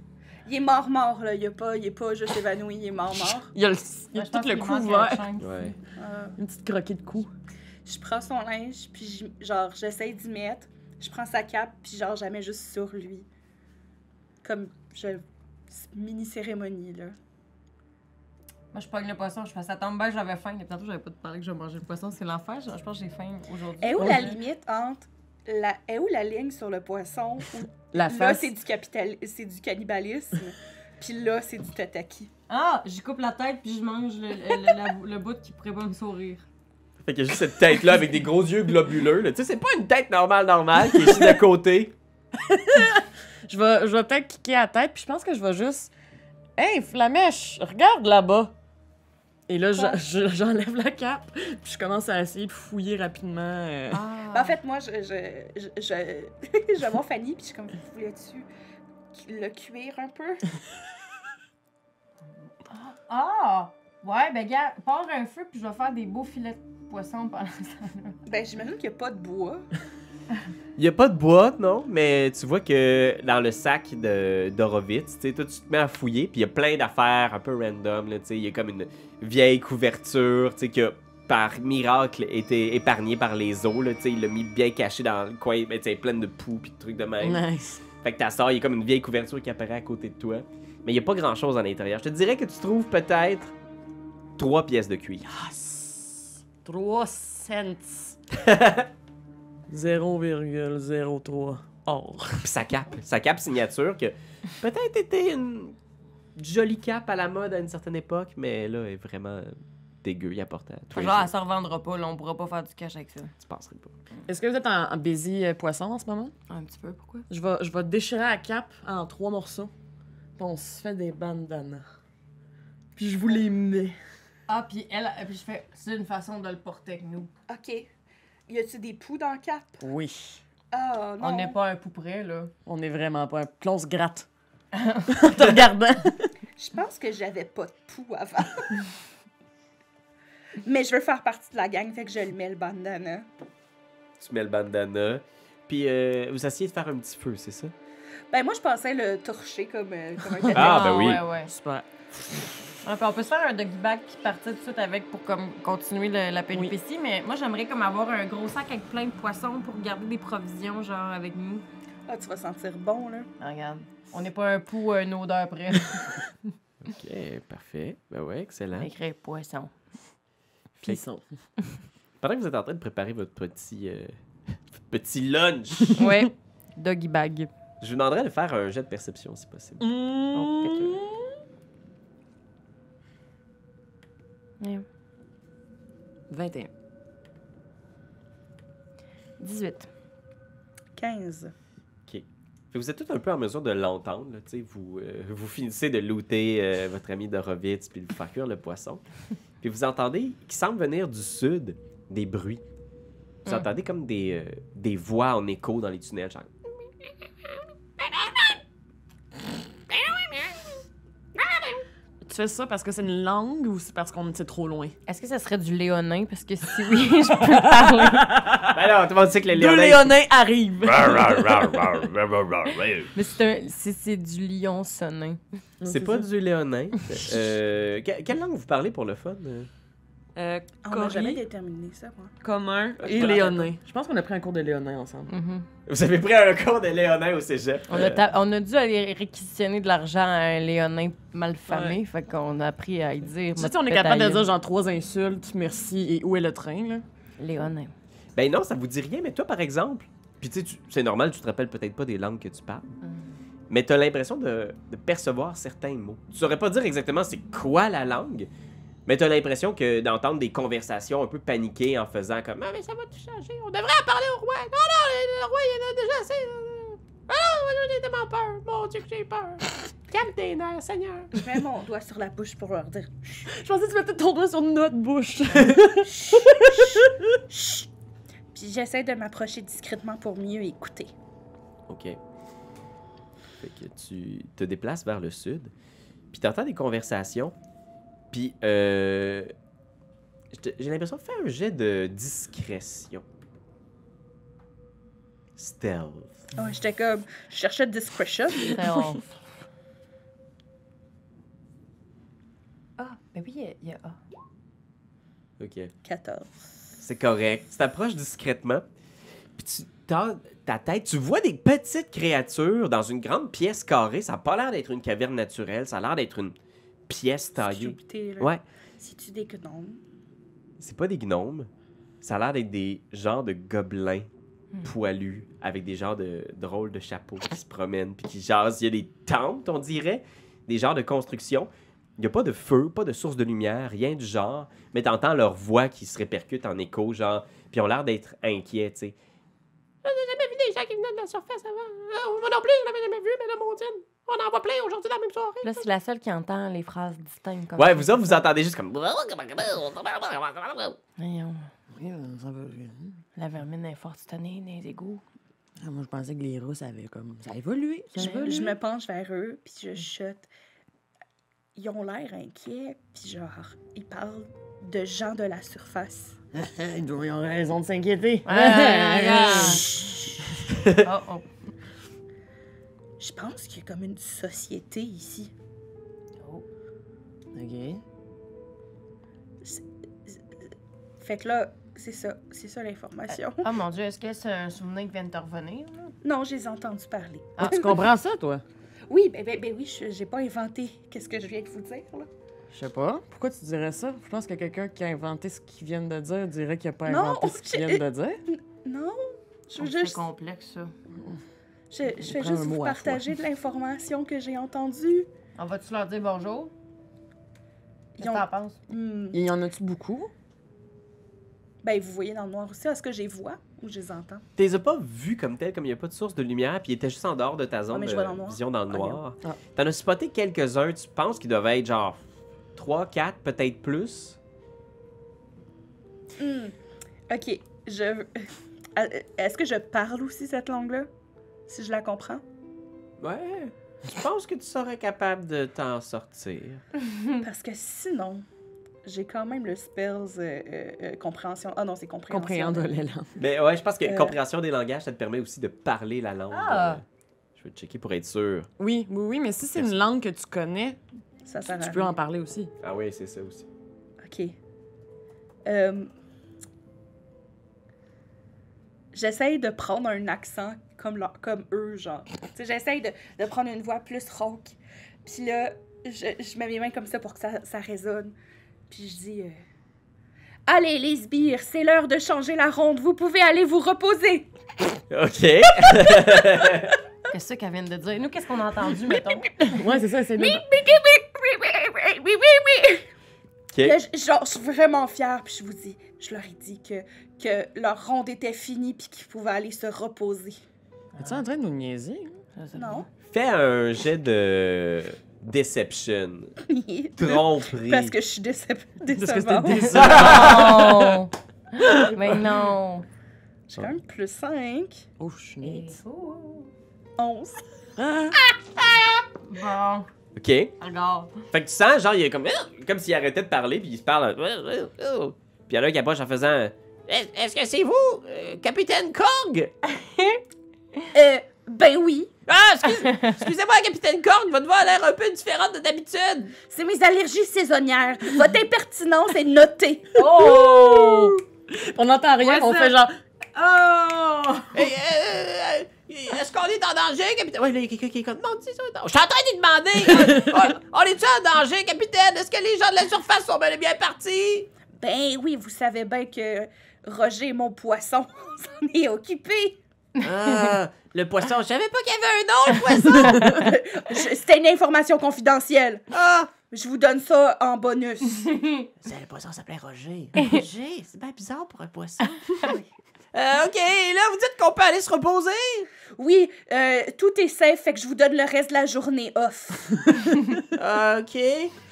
Speaker 5: Il est mort-mort, là. Il est, pas, il est pas juste évanoui, il est mort-mort.
Speaker 4: Il y a, le, il y a
Speaker 6: Je pense
Speaker 4: tout le
Speaker 6: qu'il
Speaker 4: cou
Speaker 6: manque
Speaker 4: ouvert.
Speaker 6: quelque chose.
Speaker 2: Ouais.
Speaker 5: Euh,
Speaker 4: Une petite croquée de cou.
Speaker 5: je prends son linge, puis j'y- genre, j'essaie d'y mettre. Je prends sa cape, puis genre, jamais juste sur lui. Comme, je... mini-cérémonie, là.
Speaker 6: Moi, je pogne le poisson, je fais ça tombe bien, j'avais faim. Et tantôt, j'avais pas de parler que je vais manger le poisson, c'est l'enfer. Je je pense que j'ai faim aujourd'hui.
Speaker 5: Est Eh, où
Speaker 6: Ouais.
Speaker 5: la limite entre... La... Est où la ligne sur le poisson? où
Speaker 4: La
Speaker 5: là,
Speaker 4: face.
Speaker 5: c'est du, capital... c'est du cannibalisme, puis là, c'est du tataki.
Speaker 6: Ah, j'y coupe la tête puis je mange le, le- le- la- le bout qui pourrait pas me sourire.
Speaker 2: Fait qu'il y a juste cette tête-là avec des gros yeux globuleux, là. Tu sais, c'est pas une tête normale, normale qui est juste à côté.
Speaker 4: Je vais, je vais peut-être cliquer à la tête, puis je pense que je vais juste. Hey, Flamèche, regarde là-bas! Et là, je- je- j'enlève la cape, puis je commence à essayer de fouiller rapidement. euh.
Speaker 6: Ah.
Speaker 5: Ben, en fait, moi, je, je, je, je, je vais voir Fanny, puis je suis comme, voulais-tu le cuire un peu?
Speaker 6: Ah! Ouais, ben, gars, pars un feu puis je vais faire des beaux filets de poisson pendant ça.
Speaker 5: Ben, j'imagine qu'il n'y a pas de bois.
Speaker 2: Il y a pas de boîte, non, mais tu vois que dans le sac de d'Horowitz, tu sais, toi, tu te mets à fouiller, puis il y a plein d'affaires un peu random, là, tu sais, il y a comme une vieille couverture, tu sais, qui a par miracle été épargnée par les eaux, là, tu sais, il l'a mis bien caché dans le coin, mais tu sais, pleine de poux, puis de trucs de
Speaker 4: Ah.
Speaker 2: même.
Speaker 4: Nice.
Speaker 2: Fait que ta sœur, il y a comme une vieille couverture qui apparaît à côté de toi, mais il y a pas grand-chose à l'intérieur. Je te dirais que tu trouves peut-être trois pièces de cuir.
Speaker 4: 3 cents. 0,03 or.
Speaker 2: Puis sa cape, sa cape signature que peut-être était une jolie cape à la mode à une certaine époque, mais là est vraiment dégueu, il apporte à tous les
Speaker 6: Genre,
Speaker 2: jours,
Speaker 6: elle se revendra pas, là, on pourra pas faire du cash avec ça.
Speaker 2: tu penserais pas.
Speaker 4: Est-ce que vous êtes en, en busy euh, poisson en ce moment?
Speaker 6: Un petit peu, pourquoi?
Speaker 4: Je vais, je vais déchirer la cape en trois morceaux, puis on se fait des bandanas. Puis je vous les mets.
Speaker 6: Ah, puis elle, puis je fais, c'est une façon de le porter avec nous.
Speaker 5: OK. Y a-tu des poux dans le cap?
Speaker 4: Oui.
Speaker 5: Ah, non.
Speaker 6: On n'est pas un poupré, là.
Speaker 4: On est vraiment pas un... puis on se gratte. en te regardant.
Speaker 5: Je pense que j'avais pas de poux avant. Mais je veux faire partie de la gang, fait que je le mets, le bandana.
Speaker 2: Tu mets le bandana, puis euh, vous essayez de faire un petit feu, c'est ça
Speaker 5: Ben, moi, je pensais le torcher comme, euh, comme un tataki.
Speaker 2: Ah, ben oui.
Speaker 6: Ouais, ouais.
Speaker 4: Super.
Speaker 6: Ouais, puis on peut se faire un doggy bag puis partir tout de suite avec pour comme continuer le- la péripétie, mais moi j'aimerais comme avoir un gros sac avec plein de poissons pour garder des provisions genre avec nous.
Speaker 5: Ah, tu vas sentir bon, là.
Speaker 6: Ah, regarde, on n'est pas un pou à une odeur près.
Speaker 2: OK, parfait. Ben ouais, excellent.
Speaker 6: Écrit poisson.
Speaker 4: Puis ils sont.
Speaker 2: Pendant que vous êtes en train de préparer votre petit euh, votre petit lunch,
Speaker 6: Ouais, doggy bag.
Speaker 2: je vous demanderai de faire un jet de perception si possible.
Speaker 6: Ouais.
Speaker 4: 21.
Speaker 6: 18.
Speaker 5: 15.
Speaker 2: Fait que vous êtes tout un peu en mesure de l'entendre. là, tu sais, Vous, euh, vous finissez de looter euh, votre ami Dorovitz puis de lui faire cuire le poisson. Puis vous entendez qui semble venir du sud des bruits. Vous
Speaker 6: Mm.
Speaker 2: entendez comme des, euh, des voix en écho dans les tunnels. Genre...
Speaker 4: Hmm. Tu fais ça parce que c'est une langue ou c'est parce qu'on était trop loin?
Speaker 6: Est-ce que ça serait du léonin? Parce que si oui, je peux parler.
Speaker 2: Ben non, tout le monde sait que les
Speaker 4: Deux
Speaker 2: Léonins-
Speaker 4: léonins arrivent!
Speaker 6: Mais c'est un- si c'est du lion sonnin.
Speaker 2: C'est pas du Léonin. Euh, que- quelle langue vous parlez pour le fun? euh?
Speaker 4: Euh,
Speaker 5: Ah, On n'a jamais
Speaker 4: Corée,
Speaker 5: déterminé ça, moi.
Speaker 4: commun et léonin. Je pense qu'on a pris un cours de léonin ensemble.
Speaker 6: Mhm.
Speaker 2: Vous avez pris un cours de Léonin au cégep.
Speaker 6: On
Speaker 2: Euh,
Speaker 6: a, ta- on a dû aller réquisitionner de l'argent à un léonin malfamé, fait qu'on a appris à y dire.
Speaker 4: Tu
Speaker 6: notre
Speaker 4: sais, on est capable de
Speaker 6: pétaillon.
Speaker 4: dire genre trois insultes, merci et où est le train, là?
Speaker 6: Léonin.
Speaker 2: Ben non, ça vous dit rien, mais toi, par exemple, puis tu sais, tu- c'est normal, tu te rappelles peut-être pas des langues que tu parles, mais t'as l'impression de, de percevoir certains mots. Tu saurais pas dire exactement c'est quoi la langue, Mais t'as l'impression que d'entendre des conversations un peu paniquées en faisant comme Ah, mais ça va tout changer, on devrait en parler au roi. Non, non, le, le roi, il en a déjà assez. Ah, non, j'ai tellement peur. Mon Dieu, que j'ai peur. Calme tes nerfs, Seigneur.
Speaker 5: Je mets mon doigt sur la bouche pour leur dire.
Speaker 4: Je pensais que tu mettais ton doigt sur notre bouche.
Speaker 5: Chut! Puis j'essaie de m'approcher discrètement pour mieux écouter.
Speaker 2: OK. Fait que tu te déplaces vers le sud, puis t'entends des conversations, puis euh, je te- j'ai l'impression de faire un jet de discrétion. Stealth.
Speaker 5: Ouais, Ah, j'étais comme. Je cherchais discretion.
Speaker 6: Très honte. Ah, ben oui, il y a- il y a A.
Speaker 2: OK.
Speaker 5: 14.
Speaker 2: C'est correct. Tu t'approches discrètement, puis tu tends ta tête, tu vois des petites créatures dans une grande pièce carrée. Ça n'a pas l'air d'être une caverne naturelle, ça a l'air d'être une pièce taillée.
Speaker 5: Stupidité, là.
Speaker 2: Ouais.
Speaker 5: Si tu dis que non.
Speaker 2: c'est pas des gnomes. Ça a l'air d'être des genres de gobelins poilus avec des genres de drôles de chapeaux qui se promènent puis qui jasent. Il y a des tentes, on dirait, des genres de constructions. Il n'y a pas de feu, pas de source de lumière, rien du genre. Mais t'entends leur voix qui se répercute en écho, genre. Puis ils ont l'air d'être inquiets, tu sais. On n'a jamais vu des gens qui venaient de la surface avant. Moi non plus, je l'avais jamais vu, mais là, mon Dieu, on en voit plein aujourd'hui dans la même soirée.
Speaker 6: Là, c'est la seule qui entend les phrases distinctes. Comme
Speaker 2: Ouais, vous autres, vous entendez juste comme.
Speaker 6: Voyons,
Speaker 9: Oui, euh, ça veut-
Speaker 6: la vermine est fortunée dans les égouts.
Speaker 9: Ah, Moi, je pensais que les Russes avaient comme. Ça a évolué.
Speaker 5: Je, je me penche vers eux, puis je chute. Ils ont l'air inquiets, puis genre, ils parlent de gens de la surface.
Speaker 9: Ils doivent- ils ont raison de s'inquiéter.
Speaker 4: Ah!
Speaker 6: oh, oh.
Speaker 5: Je pense qu'il y a comme une société ici.
Speaker 9: OK.
Speaker 5: Fait que là, c'est ça, c'est ça l'information.
Speaker 6: Oh mon Dieu, est-ce que c'est un souvenir qui vient de te revenir? là?
Speaker 5: Non, je les ai entendus parler.
Speaker 9: Ah, tu comprends ça, toi?
Speaker 5: Oui, ben, ben, ben oui, je- j'ai pas inventé qu'est-ce que je viens de vous dire, là.
Speaker 9: Je sais pas.
Speaker 4: Pourquoi tu dirais ça? Je pense que quelqu'un qui a inventé ce qu'ils viennent de dire dirait qu'il a pas
Speaker 5: Non,
Speaker 4: inventé ce qu'ils viennent de dire.
Speaker 5: Non, je veux
Speaker 6: Oh, C'est
Speaker 5: juste...
Speaker 6: complexe, ça.
Speaker 5: Je, je vais
Speaker 9: prend un
Speaker 5: juste vous
Speaker 9: mot à la
Speaker 5: partager de l'information que j'ai entendue.
Speaker 6: On va-tu leur dire bonjour? Qu'est-ce
Speaker 5: Ils ont-
Speaker 6: que t'en penses?
Speaker 5: Hmm,
Speaker 4: Il y en a-tu beaucoup?
Speaker 5: Ben, vous voyez dans le noir aussi. Est-ce que je les vois ou je les entends?
Speaker 2: Tu les as pas vus comme tel, comme il n'y a pas de source de lumière, puis ils étaient juste en dehors de ta zone
Speaker 5: mais je
Speaker 2: de
Speaker 5: vois dans le noir.
Speaker 2: vision dans le
Speaker 5: Ah,
Speaker 2: noir.
Speaker 4: merde.
Speaker 2: T'en as spoté quelques-uns, tu penses qu'ils devaient être genre 3, 4, peut-être plus.
Speaker 5: Hmm, OK, je... euh, Est-ce que je parle aussi cette langue-là? Si je la comprends?
Speaker 2: Ouais. Je pense que tu serais capable de t'en sortir.
Speaker 9: Hmm.
Speaker 5: Parce que sinon, j'ai quand même le spells euh, euh, euh, compréhension. Ah non, c'est compréhension.
Speaker 4: Compréhende les langues.
Speaker 2: Mais ouais, je pense que
Speaker 5: Euh.
Speaker 2: compréhension des langages, ça te permet aussi de parler la langue.
Speaker 6: Ah.
Speaker 2: Euh, Je vais te checker pour être sûr.
Speaker 4: Oui, oui, oui, mais si c'est une langue que tu connais,
Speaker 5: Ça sert
Speaker 4: tu
Speaker 5: à
Speaker 4: peux
Speaker 5: rien.
Speaker 4: en parler aussi.
Speaker 2: Ah ouais, c'est ça aussi.
Speaker 5: OK. Euh, J'essaye de prendre un accent comme, leur- comme eux, genre. Tu sais, J'essaye de, de prendre une voix plus rauque. Puis là, je, je mets mes mains comme ça pour que ça, ça résonne. Puis je dis euh, Allez, les sbires, c'est l'heure de changer la ronde. Vous pouvez aller vous reposer.
Speaker 2: OK.
Speaker 6: Qu'est-ce qu'elle vient de dire? Nous, qu'est-ce qu'on a entendu, mettons?
Speaker 4: Ouais, c'est ça, c'est oui.
Speaker 5: Là, je- genre, je suis vraiment fière. Puis je vous dis Je leur ai dit que, que leur ronde était finie puis qu'ils pouvaient aller se reposer.
Speaker 4: Es-tu en train de nous niaiser?
Speaker 5: Non
Speaker 2: Fais un jet de deception. Tromperie.
Speaker 5: Parce que je suis déce-
Speaker 4: Parce que
Speaker 5: décevante.
Speaker 4: c'était
Speaker 6: Non! Mais non!
Speaker 5: J'ai quand même plus 5,
Speaker 4: Oh, schnitz.
Speaker 6: Ouh.
Speaker 5: 11.
Speaker 4: Ah,
Speaker 6: Bon,
Speaker 2: OK.
Speaker 6: regarde.
Speaker 2: Fait que tu sens, genre, il est comme. euh, Comme s'il arrêtait de parler, puis il se parle. euh, Puis il y en a un qui approche en faisant. Est- Est-ce que c'est vous, euh, Capitaine Korg?
Speaker 5: Euh, ben oui,
Speaker 2: Ah, excuse- excusez-moi, Capitaine Korg, votre voix a l'air un peu différente de d'habitude.
Speaker 5: c'est mes allergies saisonnières. Votre impertinence est notée.
Speaker 4: Oh! On n'entend rien,
Speaker 6: Ouais,
Speaker 4: on
Speaker 6: ça.
Speaker 4: fait genre.
Speaker 6: Oh!
Speaker 2: Hey, euh, euh, euh, Est-ce qu'on est en danger, Capitaine? Ouais, là, il y a quelqu'un qui est comme. Non, dis ça, non. Je suis en train de lui demander. euh, on on est-tu en danger, Capitaine? Est-ce que les gens de la surface sont bel et bien partis?
Speaker 5: Ben oui, vous savez bien que Roger, mon poisson, s'en est occupé.
Speaker 2: Ah, le poisson, je savais pas qu'il y avait un nom, le poisson.
Speaker 5: Je- C'était une information confidentielle.
Speaker 2: Ah,
Speaker 5: Je vous donne ça en bonus.
Speaker 7: C'est- Le poisson s'appelait Roger. Roger, c'est bien bizarre pour un poisson. Euh, OK, là, vous dites qu'on peut aller se reposer?
Speaker 5: Oui, euh, tout est safe, fait que je vous donne le reste de la journée off.
Speaker 7: Euh, OK.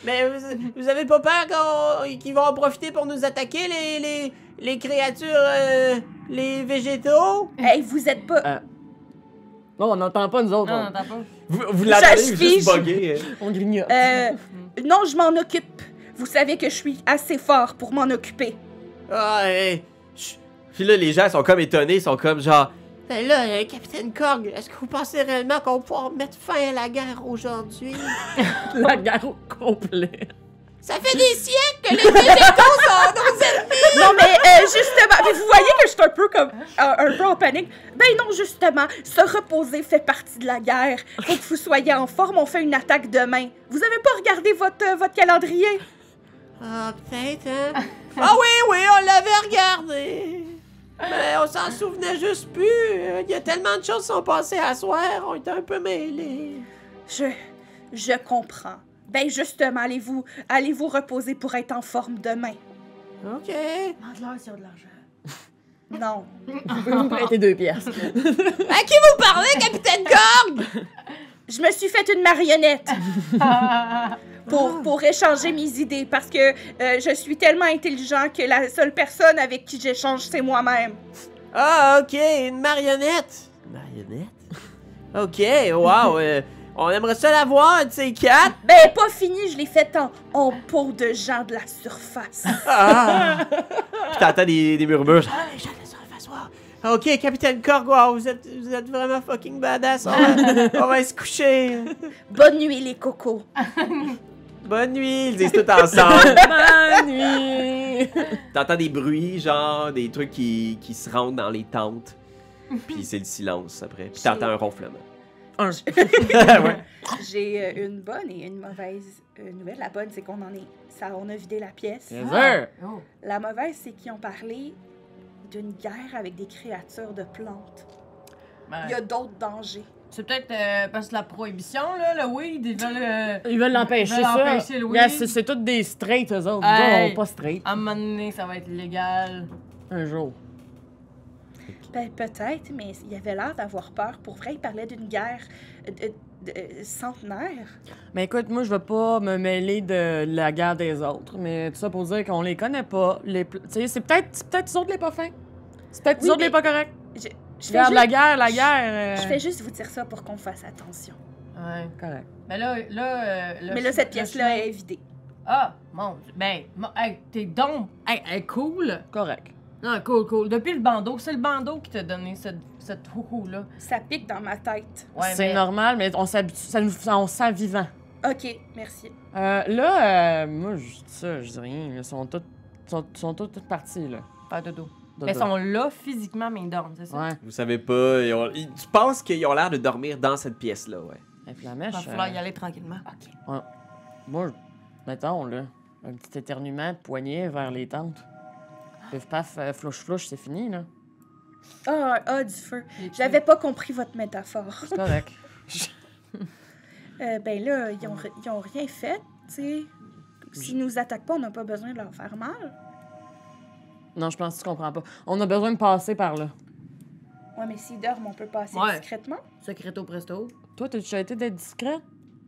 Speaker 7: Mais vous, vous avez pas peur qu'on- qu'ils vont en profiter pour nous attaquer, les, les, les créatures, euh, les végétaux?
Speaker 5: hey, vous êtes pas.
Speaker 4: Non, on n'entend pas, nous autres.
Speaker 6: Non, non, t'as pas.
Speaker 2: Vous, vous l'entendez vous
Speaker 5: fige.
Speaker 2: juste bugger.
Speaker 4: on, on grignote.
Speaker 5: Euh, non, je m'en occupe. Vous savez que je suis assez fort pour m'en occuper.
Speaker 2: Ah, hey. Chut. Puis là, les gens sont comme étonnés, sont comme genre.
Speaker 7: Mais là, euh, Capitaine Korg, est-ce que vous pensez réellement qu'on pourra mettre fin à la guerre aujourd'hui?
Speaker 4: La gare au complet.
Speaker 7: Ça fait des siècles que les
Speaker 5: Non, mais euh, justement, mais vous voyez que je suis un peu comme. euh, un peu en panique. Ben non, justement, se reposer fait partie de la guerre. Faut que vous soyez en forme, on fait une attaque demain. Vous avez pas regardé votre, euh, votre calendrier?
Speaker 7: Ah, peut-être, hein? ah oui, oui, on l'avait regardé! Mais on s'en souvenait juste plus. Euh, Il y a tellement de choses qui sont passées à soir, on était un peu mêlés.
Speaker 5: Je. Je comprends. Ben justement, allez-vous allez-vous reposer pour être en forme demain.
Speaker 7: OK.
Speaker 10: Demande-leur s'ils ont de l'argent.
Speaker 5: Non.
Speaker 4: Vous pouvez me prêter deux pièces.
Speaker 7: À qui vous parlez, Capitaine Korg?
Speaker 5: Je me suis faite une marionnette pour, pour échanger mes idées parce que euh, je suis tellement intelligent que la seule personne avec qui j'échange, c'est moi-même.
Speaker 7: Ah, OK, une marionnette. Une marionnette? OK, wow. euh, on aimerait ça la voir, un de ces quatre.
Speaker 5: Ben, pas fini, je l'ai faite en, en peau de gens de la surface.
Speaker 7: Ah.
Speaker 2: Puis t'entends des, des murmures. genre,
Speaker 7: Ah, les gens de la surface, wow. OK, Capitaine Korg, wow, vous êtes, vous êtes vraiment fucking badass. On va, on va se coucher.
Speaker 5: Bonne nuit, les cocos.
Speaker 2: Bonne nuit, ils disent tout ensemble.
Speaker 4: Bonne nuit!
Speaker 2: T'entends des bruits, genre des trucs qui, qui se rendent dans les tentes.
Speaker 7: Mhm.
Speaker 2: Puis c'est le silence après. Puis t'entends un ronflement.
Speaker 4: Un.
Speaker 5: J'ai euh, une bonne et une mauvaise euh, nouvelle. La bonne, c'est qu'on en est. Ça, on a vidé la pièce.
Speaker 4: Yes, sir.
Speaker 6: Oh.
Speaker 5: La mauvaise, c'est qu'ils ont parlé d'une guerre avec des créatures de plantes.
Speaker 6: Ben,
Speaker 5: Il y a d'autres dangers.
Speaker 6: C'est peut-être euh, parce que la prohibition, là, le weed, ils veulent. euh,
Speaker 4: Ils veulent l'empêcher,
Speaker 6: Ils veulent
Speaker 4: ça.
Speaker 6: empêcher le
Speaker 4: Yeah,
Speaker 6: weed.
Speaker 4: c'est, c'est tous des straight, eux autres.
Speaker 6: Hey.
Speaker 4: Nous, on pas straight.
Speaker 6: à un moment donné, ça va être légal.
Speaker 4: Un jour.
Speaker 5: Ben, peut-être, mais il avait l'air d'avoir peur. Pour vrai, il parlait d'une guerre euh, de- de- euh, centenaire.
Speaker 4: Mais écoute, moi, je veux pas me mêler de la guerre des autres, mais tout ça pour dire qu'on les connaît pas. Les... pl- Tu sais, c'est peut-être, c'est peut-être eux autres les pas fins. C'est peut-être
Speaker 5: Oui,
Speaker 4: eux autres
Speaker 5: mais-
Speaker 4: les pas corrects.
Speaker 5: Je fais,
Speaker 4: Regarde,
Speaker 5: juste,
Speaker 4: la guerre, la guerre. euh,
Speaker 5: je fais juste vous dire ça pour qu'on fasse attention.
Speaker 6: Ouais.
Speaker 4: Correct.
Speaker 6: Mais là, là. euh, le
Speaker 5: Mais là,
Speaker 6: ch-
Speaker 5: cette
Speaker 6: le
Speaker 5: pièce-là
Speaker 6: chemin-
Speaker 5: est vidée.
Speaker 6: Ah, mon Dieu. Ben, mon- hey, t'es donc. Hey, hey, cool.
Speaker 4: Correct.
Speaker 6: Non, cool, cool. Depuis le bandeau, c'est le bandeau qui t'a donné cette, cette houhou-là.
Speaker 5: Ça pique dans ma tête.
Speaker 6: Ouais,
Speaker 4: c'est
Speaker 6: mais-
Speaker 4: normal, mais on s'habitue, ça nous, ça- on sent vivant.
Speaker 5: OK, merci.
Speaker 4: Euh, là, euh, moi, je dis ça, je dis rien. Ils sont tous, sont, sont tous, tous partis, là.
Speaker 6: Pas de dos.
Speaker 4: De-
Speaker 6: Mais ils
Speaker 4: de-
Speaker 6: sont là physiquement, mais ils dorment, c'est ça?
Speaker 4: Ouais.
Speaker 2: Vous savez pas, ils ont- ils- tu penses qu'ils ont l'air de dormir dans cette pièce-là, ouais.
Speaker 4: Et puis la
Speaker 6: Il
Speaker 4: mèche,
Speaker 6: va falloir y
Speaker 4: euh,
Speaker 6: aller tranquillement. OK.
Speaker 4: moi, je- mettons, là, un petit éternuement de poignet vers les tentes. Pif paf, flouche-flouche, c'est fini, là.
Speaker 5: Ah, ah, du feu. J'avais pas compris votre métaphore.
Speaker 4: C'est correct.
Speaker 5: Euh, ben là, ils ont, ri- ils ont rien fait, tu sais. S'ils nous attaquent pas, on n'a pas besoin de leur faire mal.
Speaker 4: Non, je pense que tu comprends pas. On a besoin de passer par là.
Speaker 5: Ouais, mais s'ils dorment, on peut passer
Speaker 6: Ouais.
Speaker 5: discrètement.
Speaker 6: Secreto presto.
Speaker 4: Toi, t'as déjà été d'être discret?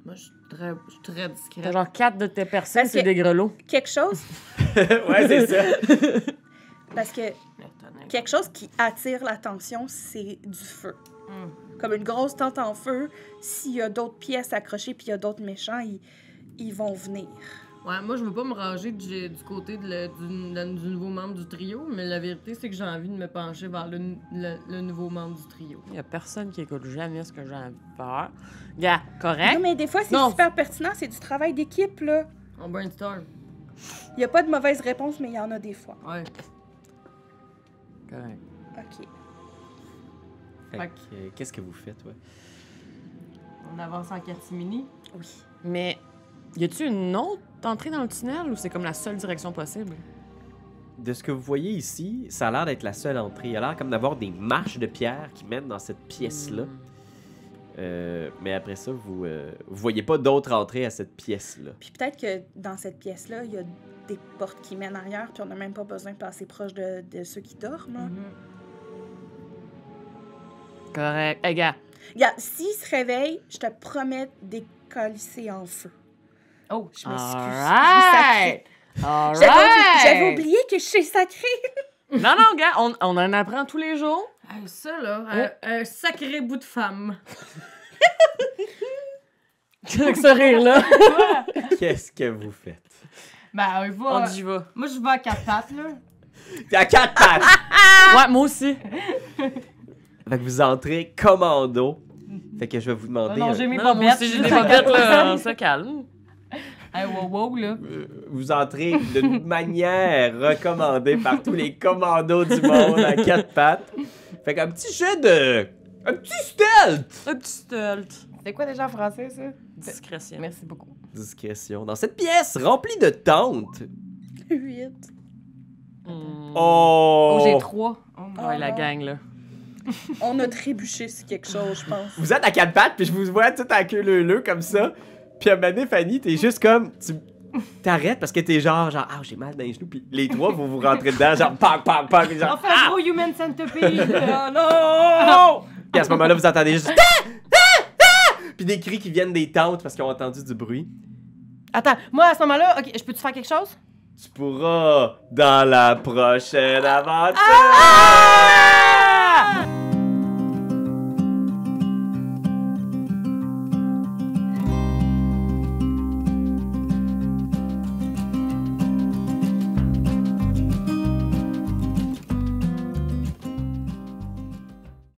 Speaker 6: Moi, je suis très, je suis très
Speaker 4: T'as
Speaker 6: discrète.
Speaker 4: genre quatre de tes personnes,
Speaker 5: Parce
Speaker 4: c'est
Speaker 5: que-
Speaker 4: des grelots.
Speaker 5: Quelque chose,
Speaker 2: ouais, c'est ça.
Speaker 5: parce que quelque chose qui attire l'attention, c'est du feu.
Speaker 6: Mm.
Speaker 5: Comme une grosse tente en feu, s'il y a d'autres pièces accrochées puis il y a d'autres méchants, ils, ils vont venir.
Speaker 6: Ouais, moi, je veux pas me ranger du, du côté de le- du, de- du nouveau membre du trio, mais la vérité, c'est que j'ai envie de me pencher vers le, le- le nouveau membre du trio.
Speaker 4: Il y a personne qui écoute jamais ce que j'ai envie de faire. Gars,
Speaker 5: Non,
Speaker 4: correct?
Speaker 5: mais des fois, c'est
Speaker 4: Hein? Non.
Speaker 5: super pertinent, c'est du travail d'équipe, là.
Speaker 6: On brainstorm.
Speaker 5: Il n'y a pas de mauvaise réponse, mais il y en a des fois.
Speaker 6: Ouais.
Speaker 4: Correct.
Speaker 5: OK.
Speaker 2: Fait que, euh, Qu'est-ce que vous faites, ouais?
Speaker 6: On avance en catimini.
Speaker 5: Oui.
Speaker 4: Mais y a-tu une autre entrée dans le tunnel ou c'est comme la seule direction possible?
Speaker 2: De ce que vous voyez ici, ça a Mm. l'air d'être la seule entrée. Il a l'air comme d'avoir des marches de pierre qui mènent dans cette pièce-là. Euh, mais après ça, vous, euh, vous voyez pas d'autres entrées à cette pièce-là.
Speaker 5: Puis peut-être que dans cette pièce-là, il y a des portes qui mènent arrière, puis on n'a même pas besoin de passer proche de, de ceux qui dorment.
Speaker 6: Mhm.
Speaker 5: là.
Speaker 6: Mm-hmm.
Speaker 9: Correct. Hey, gars.
Speaker 5: Regarde, s'ils se réveillent, je te promets des colissés en feu.
Speaker 6: Oh,
Speaker 5: je m'excuse.
Speaker 9: Alright!
Speaker 5: Je l'ai sacré. J'avais
Speaker 9: Alright!
Speaker 5: oublié- J'avais oublié que je suis sacrée.
Speaker 9: Non, non, gars, on, on en apprend tous les jours.
Speaker 6: Ah, ça, là, un- un, sacré bout de femme.
Speaker 9: Avec ce rire-là.
Speaker 2: Qu'est-ce que vous faites?
Speaker 6: Ben, on y va.
Speaker 9: On y va.
Speaker 6: Moi, je vais à quatre pattes, là.
Speaker 9: Oh,
Speaker 2: À quatre pattes!
Speaker 9: Ouais, moi aussi.
Speaker 2: Fait que vous entrez commando. Fait que je vais vous demander.
Speaker 6: non,
Speaker 2: euh,
Speaker 6: j'ai mes
Speaker 9: Non, non, moi
Speaker 6: bobettes.
Speaker 9: aussi, j'ai des bobettes, là. On se calme.
Speaker 6: Hey, wow, wow, là.
Speaker 2: euh, vous entrez d'une manière recommandée par tous les commandos du monde à quatre pattes. Fait qu'un petit jet de. Un petit stealth!
Speaker 9: Un petit stealth.
Speaker 6: C'est quoi déjà en français, ça?
Speaker 9: Discrétion.
Speaker 6: Merci beaucoup.
Speaker 2: Discrétion. Dans cette pièce remplie de tentes.
Speaker 5: 8.
Speaker 6: Oh,
Speaker 2: Oh!
Speaker 6: j'ai trois. Oh, my-
Speaker 9: Hmm. Ouais, la gang, là.
Speaker 5: On a trébuché sur quelque chose, je pense.
Speaker 2: vous êtes à quatre pattes, puis je vous vois tout à queue leu comme ça. Puis à un moment donné, Fanny, t'es juste comme. Tu t'arrêtes parce que t'es genre, genre, ah, j'ai mal dans les genoux. Puis les trois, vous vous rentrez dedans, genre, pam, pam, pam. puis
Speaker 6: On
Speaker 2: Genre,
Speaker 6: fait un gros human centipede. Ah, là.
Speaker 2: non! Puis à ce moment-là, vous entendez juste. Ah! Ah! Ah! Puis des cris qui viennent des tentes parce qu'ils ont entendu du bruit.
Speaker 6: Attends, moi, à ce moment-là, OK, je peux-tu faire quelque chose?
Speaker 2: Tu pourras dans la prochaine aventure!